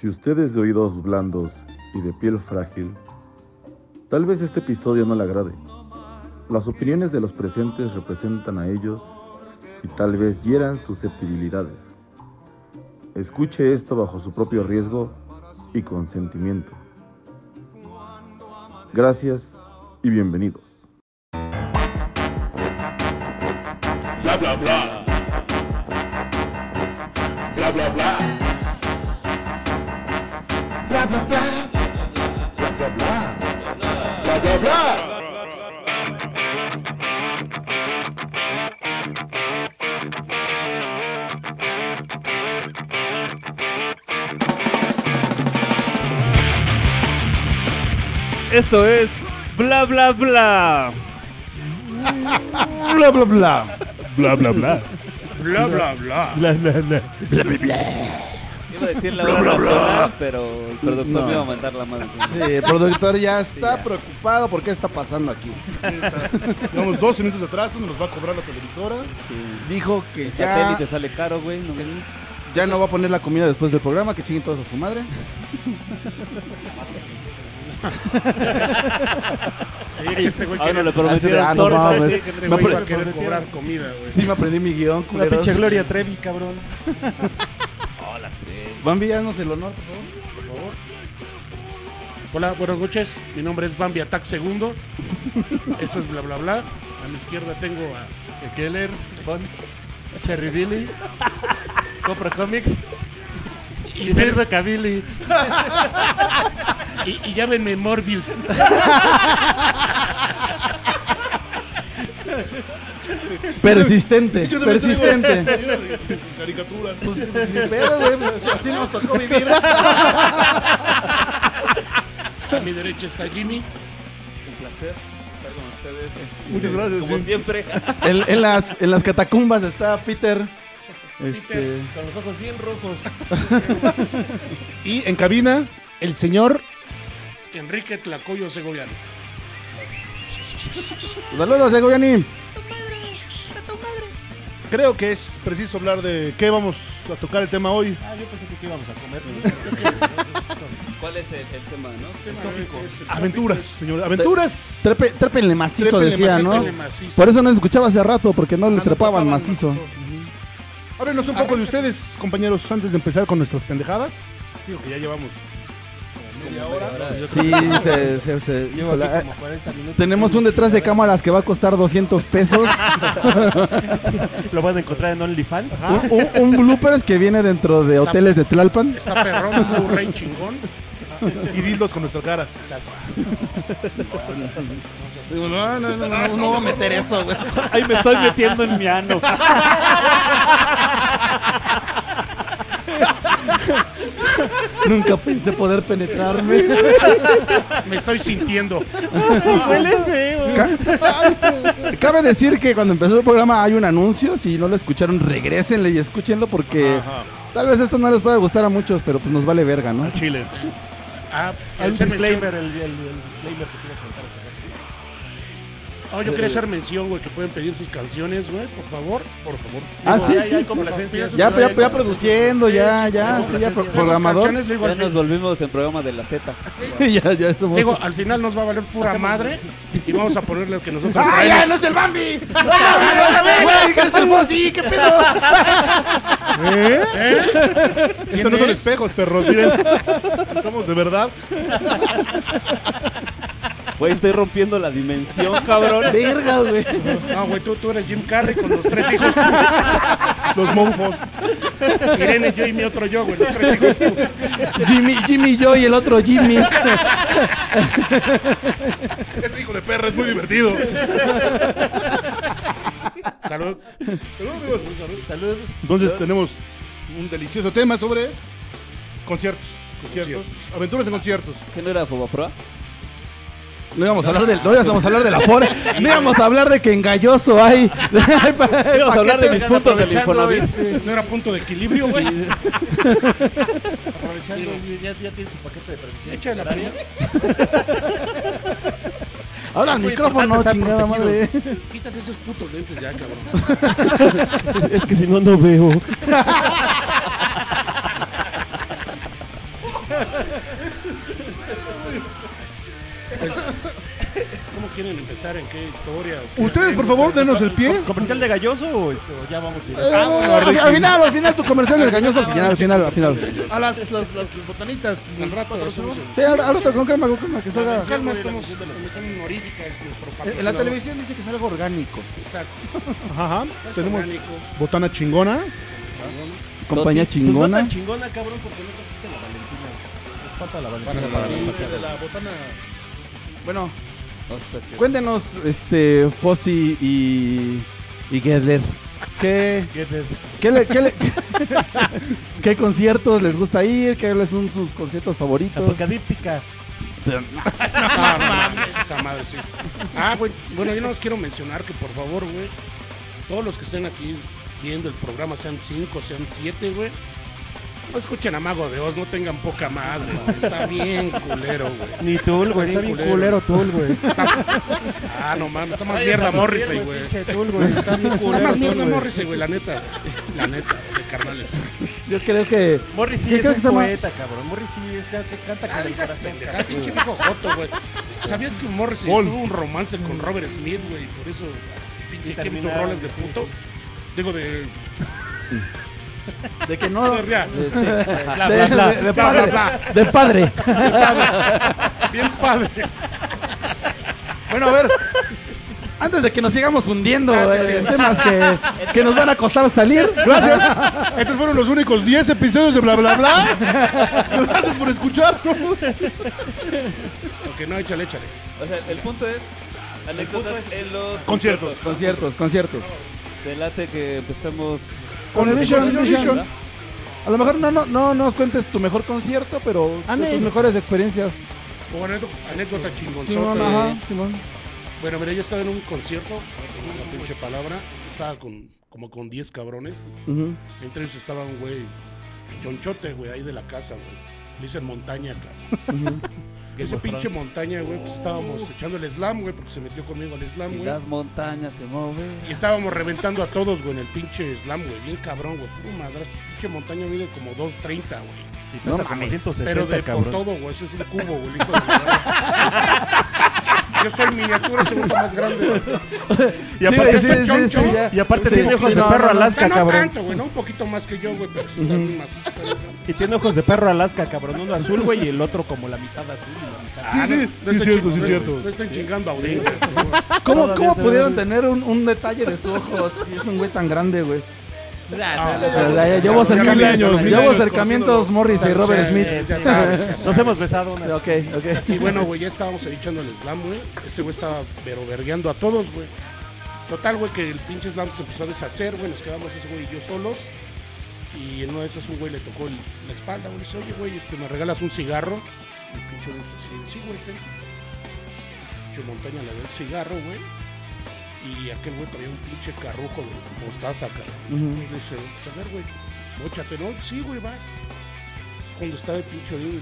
Si usted es de oídos blandos y de piel frágil, tal vez este episodio no le agrade. Las opiniones de los presentes representan a ellos y tal vez hieran susceptibilidades. Escuche esto bajo su propio riesgo y consentimiento. Gracias y bienvenidos. Bla bla bla. Bla bla bla. Bla bla bla. Bla bla bla. Bla bla bla. Esto es bla bla bla. Bla bla bla. Bla bla bla. Bla bla bla. Bla bla bla. Iba a decir la hora nacional, pero el productor No. me iba a mandar la mano. Sí, el productor ya está ya. preocupado por qué está pasando aquí. Llevamos 12 minutos de atraso, nos va a cobrar la televisora. Dijo que El satélite ya, te sale caro, güey. ¿no ves? ya no va a poner la comida después del programa, que chinguen todos a su madre. Este güey Ahora no le Ah, prometieron no torta. mames. sí, que este no- güey va a No, querer prometieron. cobrar comida, güey. Sí me aprendí mi guión, La culeros. pinche Gloria Trevi, cabrón. Oh, las tres. Bambi, haznos el honor, por favor. Hola, buenas noches. Mi nombre es Bambi Attack Segundo. Esto es bla bla bla. A mi izquierda tengo a Keller, Bon, Cherry Billy, Copra Comics y Pedro Cabilly. Y, y llámenme Morbius. Persistente, persistente. Caricaturas. Pues, Ni pedo, güey, pues, así nos tocó vivir. A mi derecha está Jimmy. Muchas gracias. Como siempre. En, en las, en las catacumbas está Peter. Este, Con los ojos bien rojos. Y en cabina, el señor Enrique Tlacoyo Segoviano. saludos, eh, Segoviani. Creo que es preciso hablar de qué vamos a tocar el tema hoy. Ah, yo pensé que aquí íbamos a comer. ¿Cuál es el, el tema, no? Aventuras, señor. Aventuras. Trepe, trépenle macizo, Trépenle decía, macizo, ¿no? le Por eso no se escuchaba hace rato, porque no le Ah, no trepaban tocaban macizo. Ujú. Háblenos un poco de ustedes, compañeros, antes de empezar con nuestras pendejadas. Digo que ya llevamos. Ahora, Sí, se, se, se- Llevo híjole, aquí ah, como 40 minutos. Tenemos un detrás de cámaras que va a costar 200 pesos. Lo van a encontrar en OnlyFans. Un, un- un bloopers que viene dentro de hoteles de Tlalpan. Está perrón, un Blu-ray chingón. Y dildos con nuestras caras. Exacto. No, no, no, no, no voy a meter eso, güey. Ay, me estoy metiendo en mi ano. Nunca pensé poder penetrarme. Me estoy sintiendo. Cabe decir que cuando empezó el programa hay un anuncio. Si no lo escucharon, regrésenle y escúchenlo porque tal vez esto no les pueda gustar a muchos, pero pues nos vale verga, ¿no? Chile. Ah, Hay un hacer disclaimer, el, el- el disclaimer que tienes que contar hace rato. mención. Oh, yo quería hacer mención, güey, que pueden pedir sus canciones, güey, por favor. Por favor. Ah, sí, Ya, sí, ya hay sí. complacencias. Ya, Pero ya, hay ya complacencias. produciendo, ya, ya, sí, ya, pro- programador. Canciones, le digo, Ya al nos fin- volvimos en programa de la Z. ya, ya somos- digo, al final nos va a valer pura madre y vamos a ponerle lo que nosotros ¡Ah, traemos. ya! ¡No es el Bambi! ¡No, no, no, no, güey! ¿Qué es eso así? ¿Qué pedo? Estos no son es? espejos, perros. Miren. Estamos de verdad. Güey, estoy rompiendo la dimensión, cabrón. Verga, güey. No, güey, tú, tú eres Jim Carrey con los tres hijos. Los monfos. Irene, yo y mi otro yo, güey, los tres hijos. tú. Jimmy, Jimmy, yo y el otro Jimmy. Ese hijo de perro es muy divertido. Salud. Salud, amigos. Salud. Entonces tenemos un delicioso tema sobre conciertos. Conciertos. Aventuras en conciertos. ¿Qué no era Fobaproa? No íbamos a hablar del. No íbamos a hablar de la Fore. No íbamos a hablar de que engalloso hay. hay pa- Íbamos a hablar de paquetes. mis puntos del aprovechando Infonavit. este? No era punto de equilibrio, güey. Aprovechando, ya, ya tiene su paquete de previsión. Echa la Horario. Ahora el micrófono, chingada madre. Quítate esos putos lentes ya, cabrón. Es que si no, no veo. pues, ¿cómo quieren empezar? ¿En qué historia? ¿O qué? Ustedes, por favor, denos el pie. ¿Comercial de Galloso o, este, o ya vamos directo? Eh, al, al final, al final, tu comercial engañoso, al final, al final, al final. A las, las, las botanitas. Al rato hacemos el- Sí, ahora, ahora con calma, con calma, que salga. Calma, estamos- son honoríficas, nuestro En la patrocinador. televisión dice que es algo orgánico. Exacto. Ajá, ajá. Es Tenemos orgánico. botana chingona. Compañía Totis. Pues no chingona. tan chingona, cabrón, porque no cogiste la Valentina. Es falta la Valentina. De la botana. Bueno, No, está chido. cuéntenos, este, Fossi y. y Gedler. ¿Qué, ¿Qué te- qué, le- qué le- qué conciertos les gusta ir? ¿Qué son sus conciertos favoritos? Apocalíptica. Ah, no mames, esa madre, sí. Ah, güey, bueno, yo no os quiero mencionar que por favor, güey, todos los que estén aquí viendo el programa, sean cinco, sean siete, güey, no escuchen a Mago de Oz, no tengan poca madre, güey, está bien culero, güey. Ni Tool, güey. Está bien culero Tool, güey. Ah, no mames, está más mierda Morrissey, güey. Pinche Tool, güey. Está bien Está culero más mierda Tool, güey. Morrissey, güey, la neta, güey. la neta, güey, de carnales. Yo creo que. Morrissey ¿Qué es crees un que se llama? poeta, cabrón. Morrissey es, que canta Ah, con el digas corazón. pendejada, cabrón. pinche viejo joto, güey. ¿Sabías que Morrissey Gol. tuvo un romance con Robert Smith, güey? y Por eso, Y pinche, que hizo terminaron, roles de sí, puto. Digo, de De que no. De real. de- de- Bla, bla, bla. de- de padre. De padre. Bien padre. Bueno, a ver. Antes de que nos sigamos hundiendo Gracias, eh, en temas que, que nos van a costar salir, gracias. Estos fueron los únicos 10 episodios de Bla Bla Bla. Gracias por escucharnos. Aunque no, échale, échale. O sea, el punto es. Anécdotas en los Conciertos. Conciertos, conciertos. Te late que empezamos. Con el Vision, Con el Vision. ¿verdad? A lo mejor no, no, no nos cuentes tu mejor concierto, pero de tus mejores experiencias. Como anécdota, anécdota chingonzosa. Simón, ajá, Simón. Bueno, mira, yo estaba en un concierto, en la pinche palabra. Estaba con como con 10 cabrones. Ujú. Entre ellos estaba un güey pues, chonchote, güey, ahí de la casa, güey. Le dicen montaña, cabrón. Ese pinche montaña, güey, pues estábamos echando el slam, güey, porque se metió conmigo al slam, Y güey. las montañas se mueven. Y estábamos reventando a todos, güey, en el pinche slam, güey. Bien cabrón, güey. Puro madrazo. Pinche montaña mide como 2.30, güey. Y pesa como 170, Pero de por cabrón. todo, güey. Eso es un cubo, güey. hijo de la madre. Yo soy miniatura, se usa más grande. güey. Y aparte, sí, este sí, choncho. sí, ya. y aparte Sí, tiene ojos sí, de no, perro no, no. O sea, Alaska, Ah, no cabrón. tanto, güey. No, un poquito más que yo, güey. Pero sí están más. Y tiene ojos de perro Alaska, cabrón. Uno azul, güey, y el otro como la mitad azul y la mitad. Ah, Sí, sí, sí, es cierto, sí, es cierto. No estén chingando a audiencias, por favor. ¿Cómo, Todavía cómo se pudieron ve. tener un, un detalle de su ojo? Si es un güey tan grande, güey. Ah, O sea, ya- ya Llevo mil años, acercamientos, mil llevo años acercamientos Morris y Robert Sí, Smith. Ya sabes, ya Nos sabes. hemos besado unas. Ok, ok. Y bueno, güey, ya estábamos ahí echando el slam, güey. Ese güey estaba pero vergueando a todos, güey. Total, güey, que el pinche slam se empezó a deshacer, güey. Nos quedamos ese güey y yo solos. Y en una de esas un güey le tocó el- la espalda, güey. Le dice, oye, güey, este, ¿me regalas un cigarro? Y el pinche güey dice, sí, sí, güey, ten. Pinche montaña le da el cigarro, güey. Y aquel güey traía un pinche carrujo, güey, con mostaza, cara. Y le dice, pues a ver, güey, mochate, ¿no? Sí, güey, vas. Cuando estaba el pinche Odín,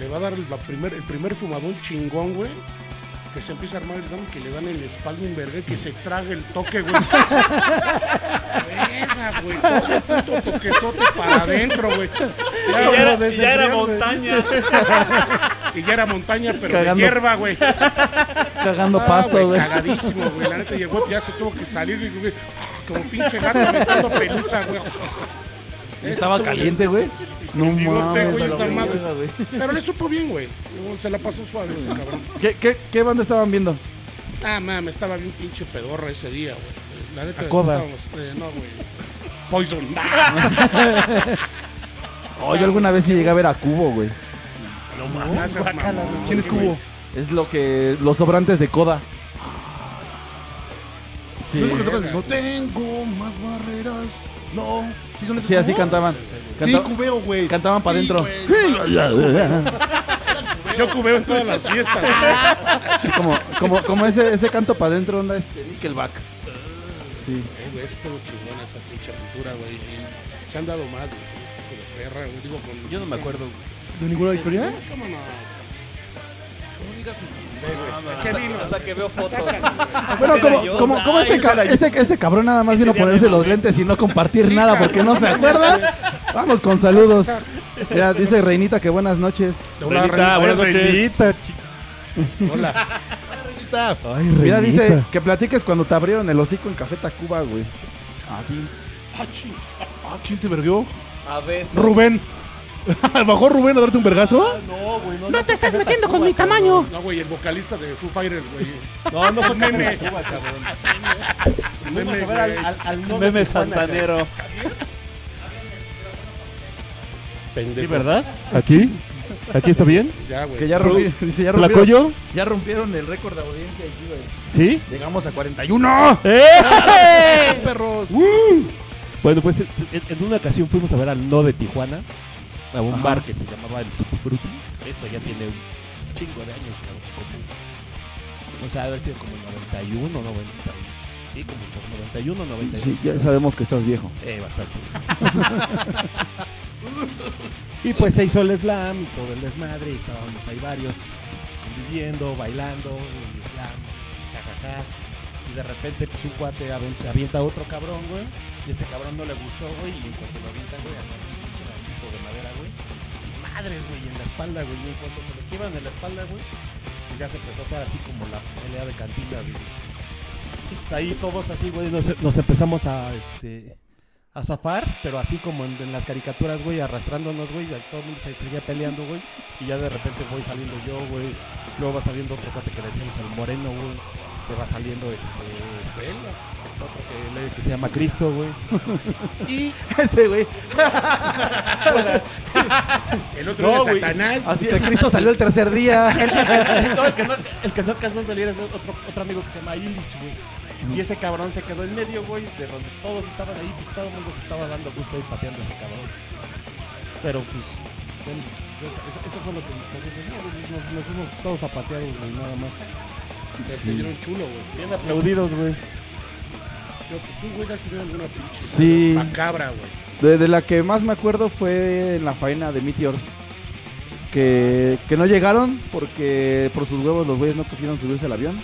le va a dar el, la primer, el primer fumadón chingón, güey. Que se empieza a armar el dam, que le dan en la espalda un verga y que se traga el toque, güey. Verga, güey. Todo el puto toquezote para adentro, güey. Ya, Y ya lo era, y desentrían, ya era güey. montaña. Y ya era montaña, pero Cagando. de hierba, güey. Cagando Ah, pasto, güey. Cagadísimo, güey. La neta llegó, ya se tuvo que salir, güey, güey. Como pinche gato aventando pelusa, güey. Estaba Estuvo- caliente, güey. No bigote, mames. güey, a la esa madre. verga, güey. Pero le supo bien, güey. Se la pasó suave ese cabrón. ¿Qué, qué, ¿Qué banda estaban viendo? Ah, mames, estaba bien pinche pedorra ese día, güey. La neta, Acoba. estábamos, eh, no, güey. Poison. Oh, yo alguna vez sí llegué a ver a Cubo, güey. No mames, Oh, guácala, güey. ¿Quién es Cubo? Es lo que. Los sobrantes de coda. Sí. Lo único que tocan, No tengo más barreras. No. ¿Sí son esos Sí, así Cubo? cantaban. Sí, Canta- cubeo, güey. Cantaban pa' Sí, dentro. güey. Yo cubeo en todas las fiestas, güey. sí, como, como, como ese, ese canto para adentro onda este Nickelback. Sí. Eh, güey, estuvo chingona esa pinche cultura, güey. Y Se han dado más, güey. Este hijo de perra, güey. Digo, con... Yo no me acuerdo. ¿De ninguna historia? ¿Cómo no? No digas ¿A qué vino? Hasta que veo fotos. Bueno, Ah, Era como, yo, como, o como sea, este, yo ca- era yo. este, este cabrón nada más Ese vino a día me ponerse los mamé. lentes y no compartir Sí, nada cabrón. porque no se acuerda. Vamos con saludos. Ya dice Reinita que buenas noches. De una Reinita, reina- buenas noches. Hola. Ay, Mira, dice que platiques cuando te abrieron el hocico en Café Tacuba, güey. Ah, ching. Ah, ¿quién te vergueó? A veces. Rubén. A lo mejor Rubén a darte un vergazo. No, güey, no. No te estás metiendo con mi tamaño. No, güey, el vocalista de Foo Fighters, güey. No, no fue Meme. Cuba, cabrón. Vamos Meme, a ver al, güey. al, al no de Meme Tijuana, cabrón. Santanero. Pendejo. Sí, ¿verdad? ¿Aquí? ¿Aquí está bien? Ya, güey. Que ya, rompi- dice, ya rompieron, ¿Tlacoyo? ya rompieron el récord de audiencia y sí, güey. ¿Sí? Llegamos a 41. ¡Eh! Perros. Bueno, pues en, en una ocasión fuimos a ver al no de Tijuana. A un Ajá. bar que se llamaba el Tutti Frutti. Esto ya tiene un chingo de años, cabrón. como- O sea, debe haber sido como el 91, 90. Sí, como por 91, 92. Sí, ya sabemos que estás viejo. Eh, bastante. y pues se hizo el slam y todo el desmadre. Y estábamos ahí varios conviviendo, bailando, el slam, jajaja. Y de repente, pues un cuate avienta, avienta a otro cabrón, güey. Y ese cabrón no le gustó, güey. Y en cuanto lo avienta, güey, acá un pinche ganchito de madera, güey. Y madres, güey, en la espalda, güey. Y en cuanto se lo quiebran en la espalda, güey, pues ya se empezó a hacer así como la pelea de cantina, güey. Y pues ahí todos así, güey, nos, nos empezamos a, este, a zafar, pero así como en, en las caricaturas, güey, arrastrándonos, güey, ya todo el mundo se seguía peleando, güey, y ya de repente voy saliendo yo, güey, luego va saliendo otro cuate que le decíamos el moreno, güey, se va saliendo este, otro que, le- que se llama Cristo, güey, y Ese, güey. El otro No, era güey. Satanás. Así de Cristo salió el tercer día. No, el que no, el que no alcanzó a salir es otro, otro amigo que se llama Illich, güey. Y ese cabrón se quedó en medio, güey, de donde todos estaban ahí, pues todo el mundo se estaba dando gusto y pateando a ese cabrón. Pero pues, bueno, pues, eso, eso fue lo que nos pasó ese día, güey. Nos, nos fuimos todos a patear, güey, nada más. Te siguieron chulo, güey. Bien aplaudidos, güey. Yo, Tú, güey, has sido alguna pinche Sí. macabra, güey. De, de la que más me acuerdo fue en la faena de Meteors. Que, que no llegaron porque por sus huevos los güeyes no quisieron subirse al avión.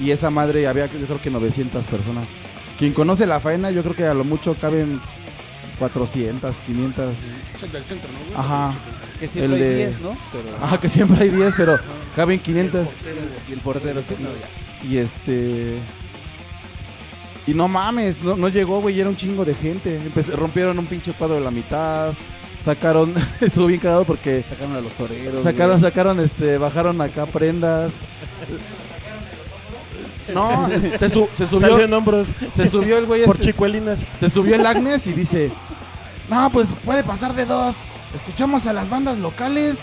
Y esa madre había, yo creo que 900 personas. Quien conoce la faena, yo creo que a lo mucho caben 400, 500. Es el del centro, ¿no, güey? Ajá. Que siempre El de- hay Ah. 10, ¿no? Pero... Ajá, que siempre hay 10, pero caben 500. Y el portero, sí. no, ya. Y este. Y no mames, no, no llegó, güey, y era un chingo de gente. Empecé- rompieron un pinche cuadro de la mitad. Sacaron, estuvo bien cagado porque Sacaron a los toreros. Sacaron, güey. sacaron, este, bajaron acá prendas. No, se, su- se Salió subió, en hombros se subió el güey, por este, chicuelinas. se subió el Agnes y dice, no, pues puede pasar de dos. Escuchamos a las bandas locales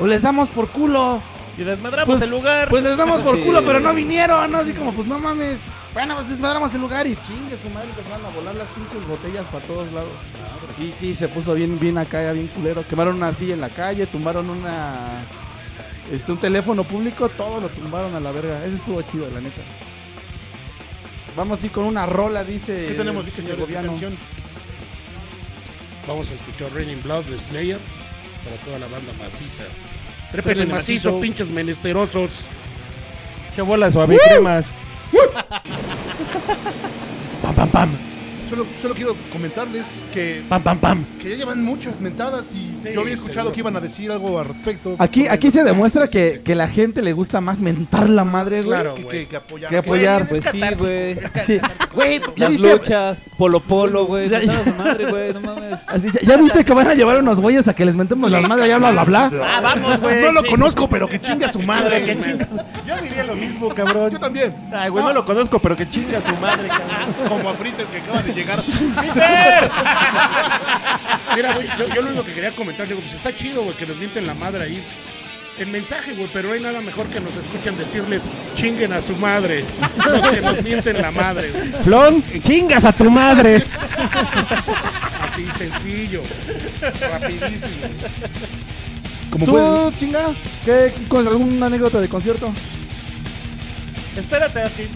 o les damos por culo. Y desmadramos Pues- el lugar. Pues les damos por Sí. culo, pero no vinieron, ¿no? Así como, pues no mames. Bueno, pues desmadramos el lugar y chingue su madre empezaron a volar las pinches botellas para todos lados. Y sí, se puso bien, bien acá, bien culero. Quemaron una silla en la calle, tumbaron una. Este, un teléfono público, todo lo tumbaron a la verga. Eso estuvo chido, la neta. Vamos así con una rola, dice. ¿Qué tenemos? Dije, señor señor, ¿qué Gobiano. canción? Vamos a escuchar Rain in Blood de Slayer para toda la banda maciza. Trepen el macizo, macizo. pinchos menesterosos. Chebolas o avicremas. pam, pam, pam. Solo, solo quiero comentarles que, Pam, pam, pam. que ya llevan muchas mentadas y Sí, yo había escuchado seguro. que iban a decir algo al respecto. Aquí, aquí se demuestra Sí, sí, que, sí. que la gente le gusta más mentar la madre, güey. Claro, que- güey. apoyar. que apoyar. Pues sí, güey. Sí. Güey, ¿ya Las viste? luchas, polo polo, güey. Ya- Mataron a su madre, güey, no mames. Así, ¿ya, ya viste que van a llevar unos güeyes a que les mentemos las madres? Ya bla, bla, bla. Ah, vamos, güey. No lo conozco, pero que chingue a su madre. Que chingas. Yo diría lo mismo, cabrón. Yo también. Ah, Ay, güey, no lo conozco, pero que chinga su madre, cabrón. Como a Frito, el que acaba de llegar. Mira, güey, yo, yo lo único que quería comentar, digo, pues está chido, güey, que nos mienten la madre ahí. El mensaje, güey, pero no hay nada mejor que nos escuchen decirles chinguen a su madre. Los que nos mienten la madre, güey. Flon, chingas a tu madre. Así sencillo, rapidísimo. Como ¿Tú, chinga? ¿Qué, con, ¿Alguna anécdota de concierto? Espérate, a ti.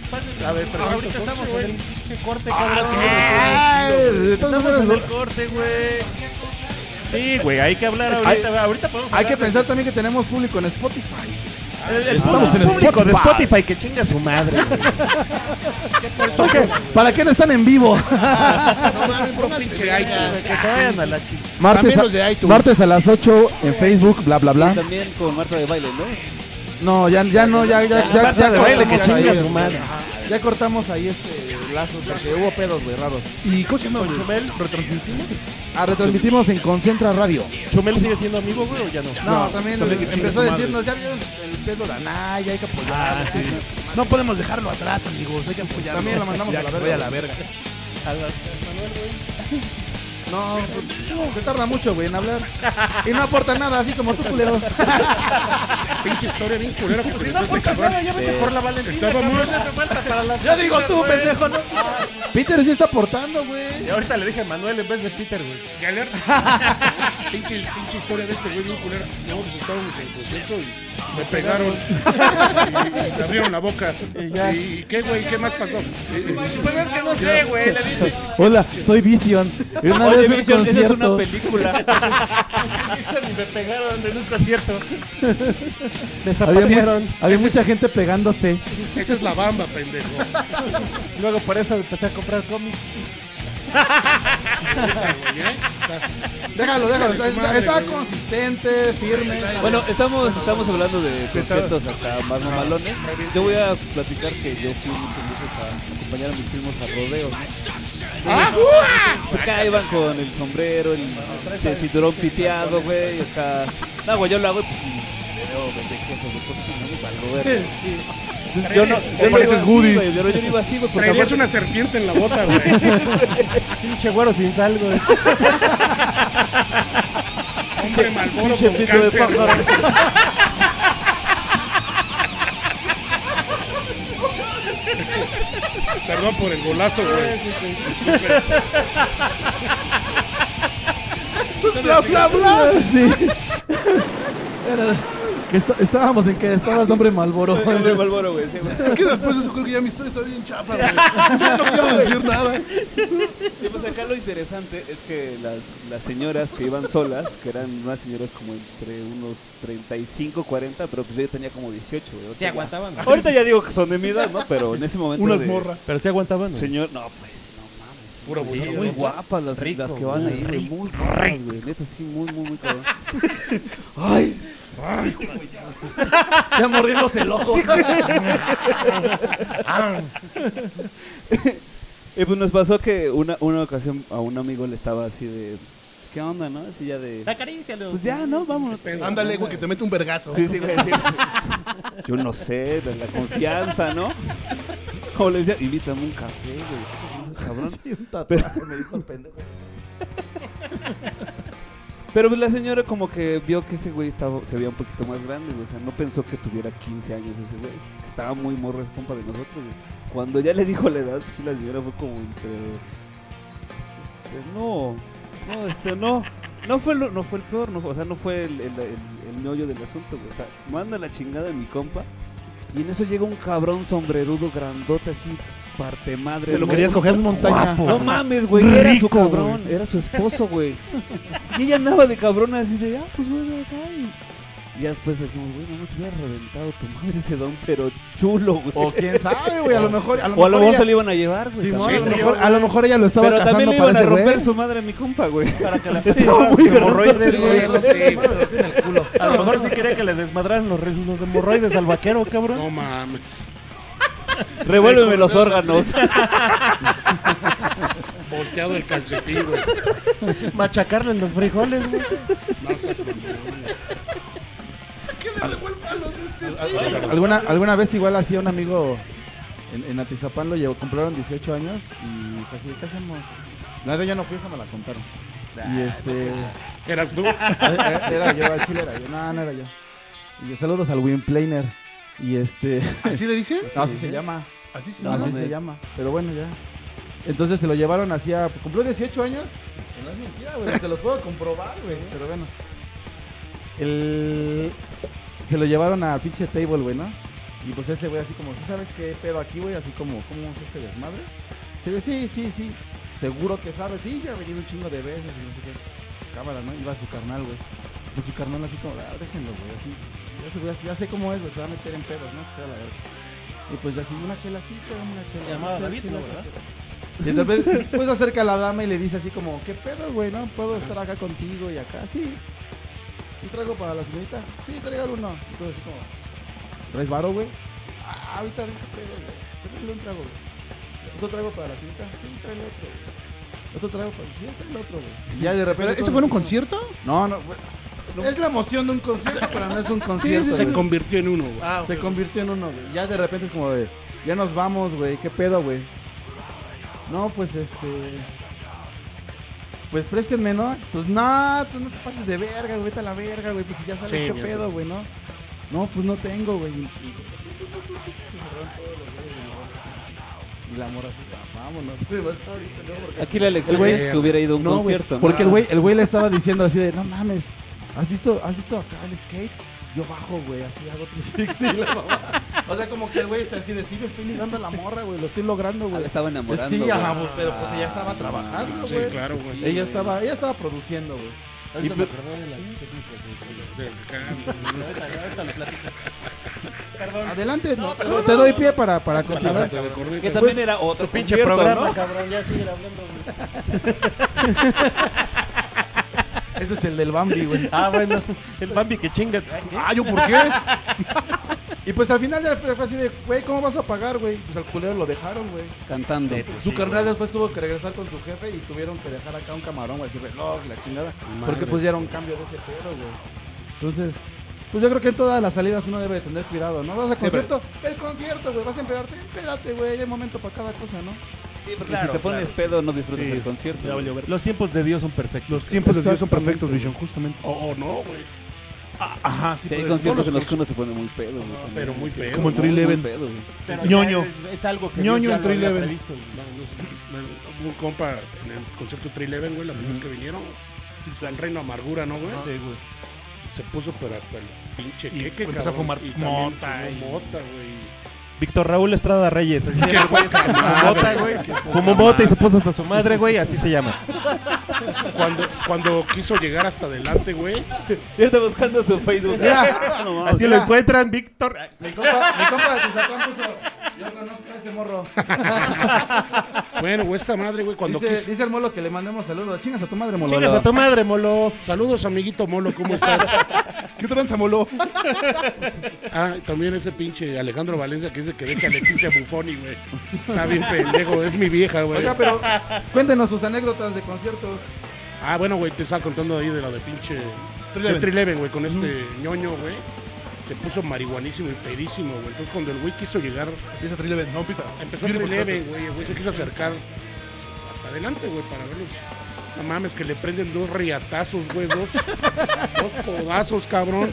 A ver, pero ahorita estamos en el pinche corte, cabrón. de todas Estamos en el maneras, corte, güey. Sí, güey, hay que hablar ahorita. güey. ahorita podemos hay que hablar pensar también que tenemos público en Spotify. del- el, el Estamos en público de Spotify. Spotify que chinga a su madre. güey. ¿Para qué, ¿Para qué no están en vivo? Pinche iTunes. que se vayan a la chingada. Martes a, martes a las 8 en Facebook, bla, bla, bla. También con Marta de baile, ¿no? No, ya, ya no, ya, ya, ya, Aparte ya de baile que cortamos ahí, chinga su güey. madre. Ya cortamos ahí este lazo porque hubo pedos, güey, raros. ¿Y cómo se llama? güey? ¿Retransmitimos? Ah, retransmitimos en Concentra Radio. ¿Chumel sigue siendo amigo, güey, o ya no? No, también, que chingue empezó a su madre. decirnos, ya vieron el pedo de Anaya, hay que apoyar. No podemos dejarlo atrás, amigos. Hay que apoyarlo. También la mandamos Ya a la que verga. se vaya a la verga. No, se- se tarda mucho, güey, en hablar. Y no aporta nada, así como tú, culero. Pinche historia bien culera Pues que se me fue ese cabrón. ya vete por la Valentina. Estaba muy- Ya digo tú, pendejo, no. Peter sí está aportando, güey. Y ahorita le dije a Manuel en vez de Peter, güey. Galer. pinche, pinche historia de este güey bien culera. No, pues estábamos en concierto y me pegaron. y, y me abrieron la boca. ¿Y, qué, güey? ¿Qué más pasó? Pues es que no sé, güey. Le dice, Hola, soy Vision. Una oye, vez en Vision, esa es una concierto. película. Había, mu- Desaparecieron. había mucha gente pegándose. Esa es la bamba, pendejo. Luego por eso empecé a comprar cómics. Déjalo, déjalo. Está, Madre, está güey. consistente, firme. Bueno, estamos, estamos hablando de conciertos hasta más mamalones. Yo voy a platicar que yo fui muchas veces a acompañar a mis primos a rodeos. Se caiban con el sombrero, el, el cinturón piteado, güey. Acá. No, güey, yo lo hago y pues sí, me veo vender quesos de cochino, güey, valgo verga. Yo no, yo no iba así, güey, pero yo no iba así, güey, porque Traerías aparte- una serpiente en la bota, güey. Pinche güero sin sal, güey. Hombre malboro pinche con pito de cáncer. pájaro. Perdón por el golazo, güey. Bla, bla, bla. Sí. Era- que est- estábamos en que estabas hombre malboro. Hombre Malboro, güey, sí, güey. Es que después de eso creo que ya mi historia está bien chafa, güey. No quiero decir nada. Y pues acá lo interesante es que las, las señoras que iban solas, que eran unas señoras como entre unos 35, 40, pero pues yo ya tenía como 18, güey. o sea, aguantaban. ya- Ahorita ya digo que son de mi edad, ¿no? Pero en ese momento. Unas de- morras. Pero sí aguantaban, güey. Señor, no, pues no mames. Puro güey, bonito, son muy ¿no? guapas las, Rico, las que van muy ahí, güey. Muy guapas, güey. Neta, sí, muy, muy, muy cabrón. Ya mordiéndose el ojo. Y pues nos pasó que una, una ocasión a un amigo le estaba así de. pues, ¿Qué onda, no? Así ya de. Pues ya, ¿no? Vámonos. Ándale, güey, que te mete un vergazo. Sí, sí, güey. sí, sí. Yo no sé, de la confianza, ¿no? Como le decía, invítame un café, güey. Cabrón. Un tatuaje, me dijo el pendejo. Pero pues la señora como que vio que ese güey estaba, se veía un poquito más grande, güey. O sea, no pensó que tuviera 15 años ese güey. Estaba muy morro, es compa de nosotros, güey. Cuando ya le dijo la edad, pues sí, la señora fue como entre... este, no, no, este, no. No fue, lo- no fue el peor, no, fue- o sea, no fue el, el- el- el meollo del asunto, güey. O sea, manda la chingada de mi compa. Y en eso llega un cabrón sombrerudo, grandote, así, parte madre. Te lo querías coger. Montaña. No mames, güey, era su cabrón, era su esposo, güey. y ella andaba de cabrona así de, ah, pues güey, acá. Y, y ya después dijimos, güey, no, no te hubiera reventado tu madre ese don, pero chulo, güey. O quién sabe, güey. A lo mejor. A lo O a lo mejor mejor ella- se lo iban a llevar, güey. Simón, también. a, lo mejor, a lo mejor ella lo estaba pero también cazando le para iban a ese romper güey. su madre a mi compa, güey. Para que la Estaba muy hemorroides, grandote, güey. Sí, sí, güey. A lo mejor sí quería que le desmadraran los, re- los hemorroides al vaquero, cabrón. No mames. Revuélveme los órganos. Volteado el calcetín, güey. Machacarle en los frijoles, güey. No seas mamón. ¿Alguna, alguna vez igual hacía un amigo en, en Atizapán, lo llevó, compraron 18 años y fue así, ¿qué hacemos? La de yo no fui, esa me la contaron. Y este, Eras tú. era era yo, al chile era yo, no, no era yo. Y yo, saludos al Wimplaner. Y este, ¿Así le dicen? no, así se llama, Así sí. No así mames. se llama, pero bueno, ya. Entonces se lo llevaron hacia, cumplió 18 años. No es mentira, güey, se los puedo comprobar, güey, pero bueno. El... Se lo llevaron a pinche table, güey, ¿no? Y pues ese güey así como, ¿sí sabes qué pedo aquí, güey? Así como, ¿cómo es este desmadre? Se dice, sí, sí, sí, seguro que sabes. Sí, ya he venido un chingo de veces y no sé qué. Cámara, ¿no? Iba su carnal, güey. Pues su carnal así como, ah, déjenlo, güey, así. Ya, se, ya, ya sé cómo es, güey, se va a meter en pedos, ¿no? Que sea la verga. Y pues así, una chela así, pegamos una chela. Se una llamaba chela, David, chela, ¿no, chela, verdad? chela. Y de repente, pues acerca a la dama y le dice así como, ¿qué pedo, güey? ¿No puedo estar acá contigo y acá? Sí. ¿Un trago para la señorita? Sí, traigan uno. Entonces así como, ¿Traes varo, güey? Ah, ahorita de ese pedo, güey. Tráele un trago, güey. Otro trago para la cinta. Sí, tráele otro, güey. Otro trago para sí, tráele otro, güey. Y ya de repente. ¿Eso todos fue en un así como- concierto? No, no, güey. Es la emoción de un concierto, pero no es un concierto. Se güey. Ah, convirtió en uno, güey. Se convirtió en uno, güey. Ya de repente es como de, ya nos vamos, güey. ¿Qué pedo, güey? No, pues este. Pues préstenme, ¿no? Pues no, tú no te pases de verga, güey. Vete a la verga, güey. Pues si ya sabes Sí, qué mira, pedo, güey, ¿no? No, pues no tengo, güey. Y, y la morra así, "Ah, vámonos. güey, vas ahorita, ¿no? Porque- Aquí la El lección güey- es que hubiera ido a un No, güey, concierto. Ah. ¿no? porque el güey, el güey le estaba diciendo así de, no mames, ¿has visto, has visto acá el skate? Yo bajo, güey, así hago 360 y la mamá. O sea, como que el güey está así de, sí, me estoy ligando a la morra, güey, lo estoy logrando, Ah, güey. la estaba enamorando. Sí, güey. ajá, güey, pero pues ella estaba trabajando, Sí, güey. claro, güey. ella estaba, ella estaba produciendo, güey. Ahorita me acordé de las técnicas de- De acá, güey. Ahorita- ahorita lo platico. Perdón. Adelante, no, te doy pie para, para continuar. Hasta de corneta. Que también era otro Pinche concierto, programa, ¿no? cabrón, ya sigue hablando. güey. Ese es el del Bambi, güey. Ah, bueno, el Bambi que chingas. Ah, ¿yo por qué? Y pues al final ya fue fue así de, güey, ¿cómo vas a pagar, güey? Pues al culero lo dejaron, güey. Cantando. Pues Su carnal después tuvo que regresar con su jefe y tuvieron que dejar acá un camarón, güey, así reloj, la chingada. porque pues ya era un cambio de ese pedo, güey. Entonces, pues yo creo que en todas las salidas uno debe de tener cuidado, ¿no? Vas a concierto, el concierto, güey, vas a empedarte, empedate, güey, hay momento para cada cosa, ¿no? Sí, porque Claro, si te pones claro. pedo no disfrutas Sí. el concierto. Ya güey. valió verga. Los tiempos de Dios son perfectos. Los tiempos de Dios son perfectos, Vision, justamente. O o no, güey. Ah, Oh, ajá, sí. Sí, hay pero- conciertos no, en los los que uno se pone muy pedo. güey, también. Pero muy pedo. Como en Muy, Three muy Eleven. pedo, güey. Pero Ñoño. ya Es, es algo que Ñoño Dios ya en lo había 311. previsto, güey. No, no sé, me- un compa en el concierto 311, güey, la primera vez que vinieron, al reino amargura, ¿no, güey? Sí, güey. Se puso pero hasta el pinche Y queque, empezó a cabrón, fumar y también mota fumó y- mota, güey. Víctor Raúl Estrada Reyes. Así se llama, güey. ese que Fumó bota, güey. que Fumó poca bota y se puso hasta su madre, güey. Así se llama. Cuando, cuando quiso llegar hasta adelante, güey, Y ahorita buscando su Facebook. No mames. Así lo encuentran, Víctor. Ah, Mi compa, mi compa de Tizapán puso, yo conozco a ese morro. bueno, güey, esta madre, güey, cuando dice, quiso... dice el molo que le mandemos saludos, chingas a tu madre, molo. Chingas a tu madre, molo. Saludos, amiguito Molo, ¿cómo estás? ¿Qué tranza, molo? Ah, y también ese pinche Alejandro Valencia que dice que deja a Leticia Buffoni, güey. Está bien pendejo, es mi vieja, güey. Oiga, pero cuéntenos sus anécdotas de conciertos. Ah, bueno, güey, te estaba contando ahí de la de pinche. De Trileven, güey, con este ñoño, güey. Se puso marihuanísimo y pedísimo, güey. Entonces, cuando el güey quiso llegar, Empieza 311, no empieza. empezó Beautiful Trileven, Disaster. güey. El güey se quiso acercar hasta adelante, güey, para verlos. No mames, que le prenden dos riatazos, güey, dos, dos codazos, cabrón.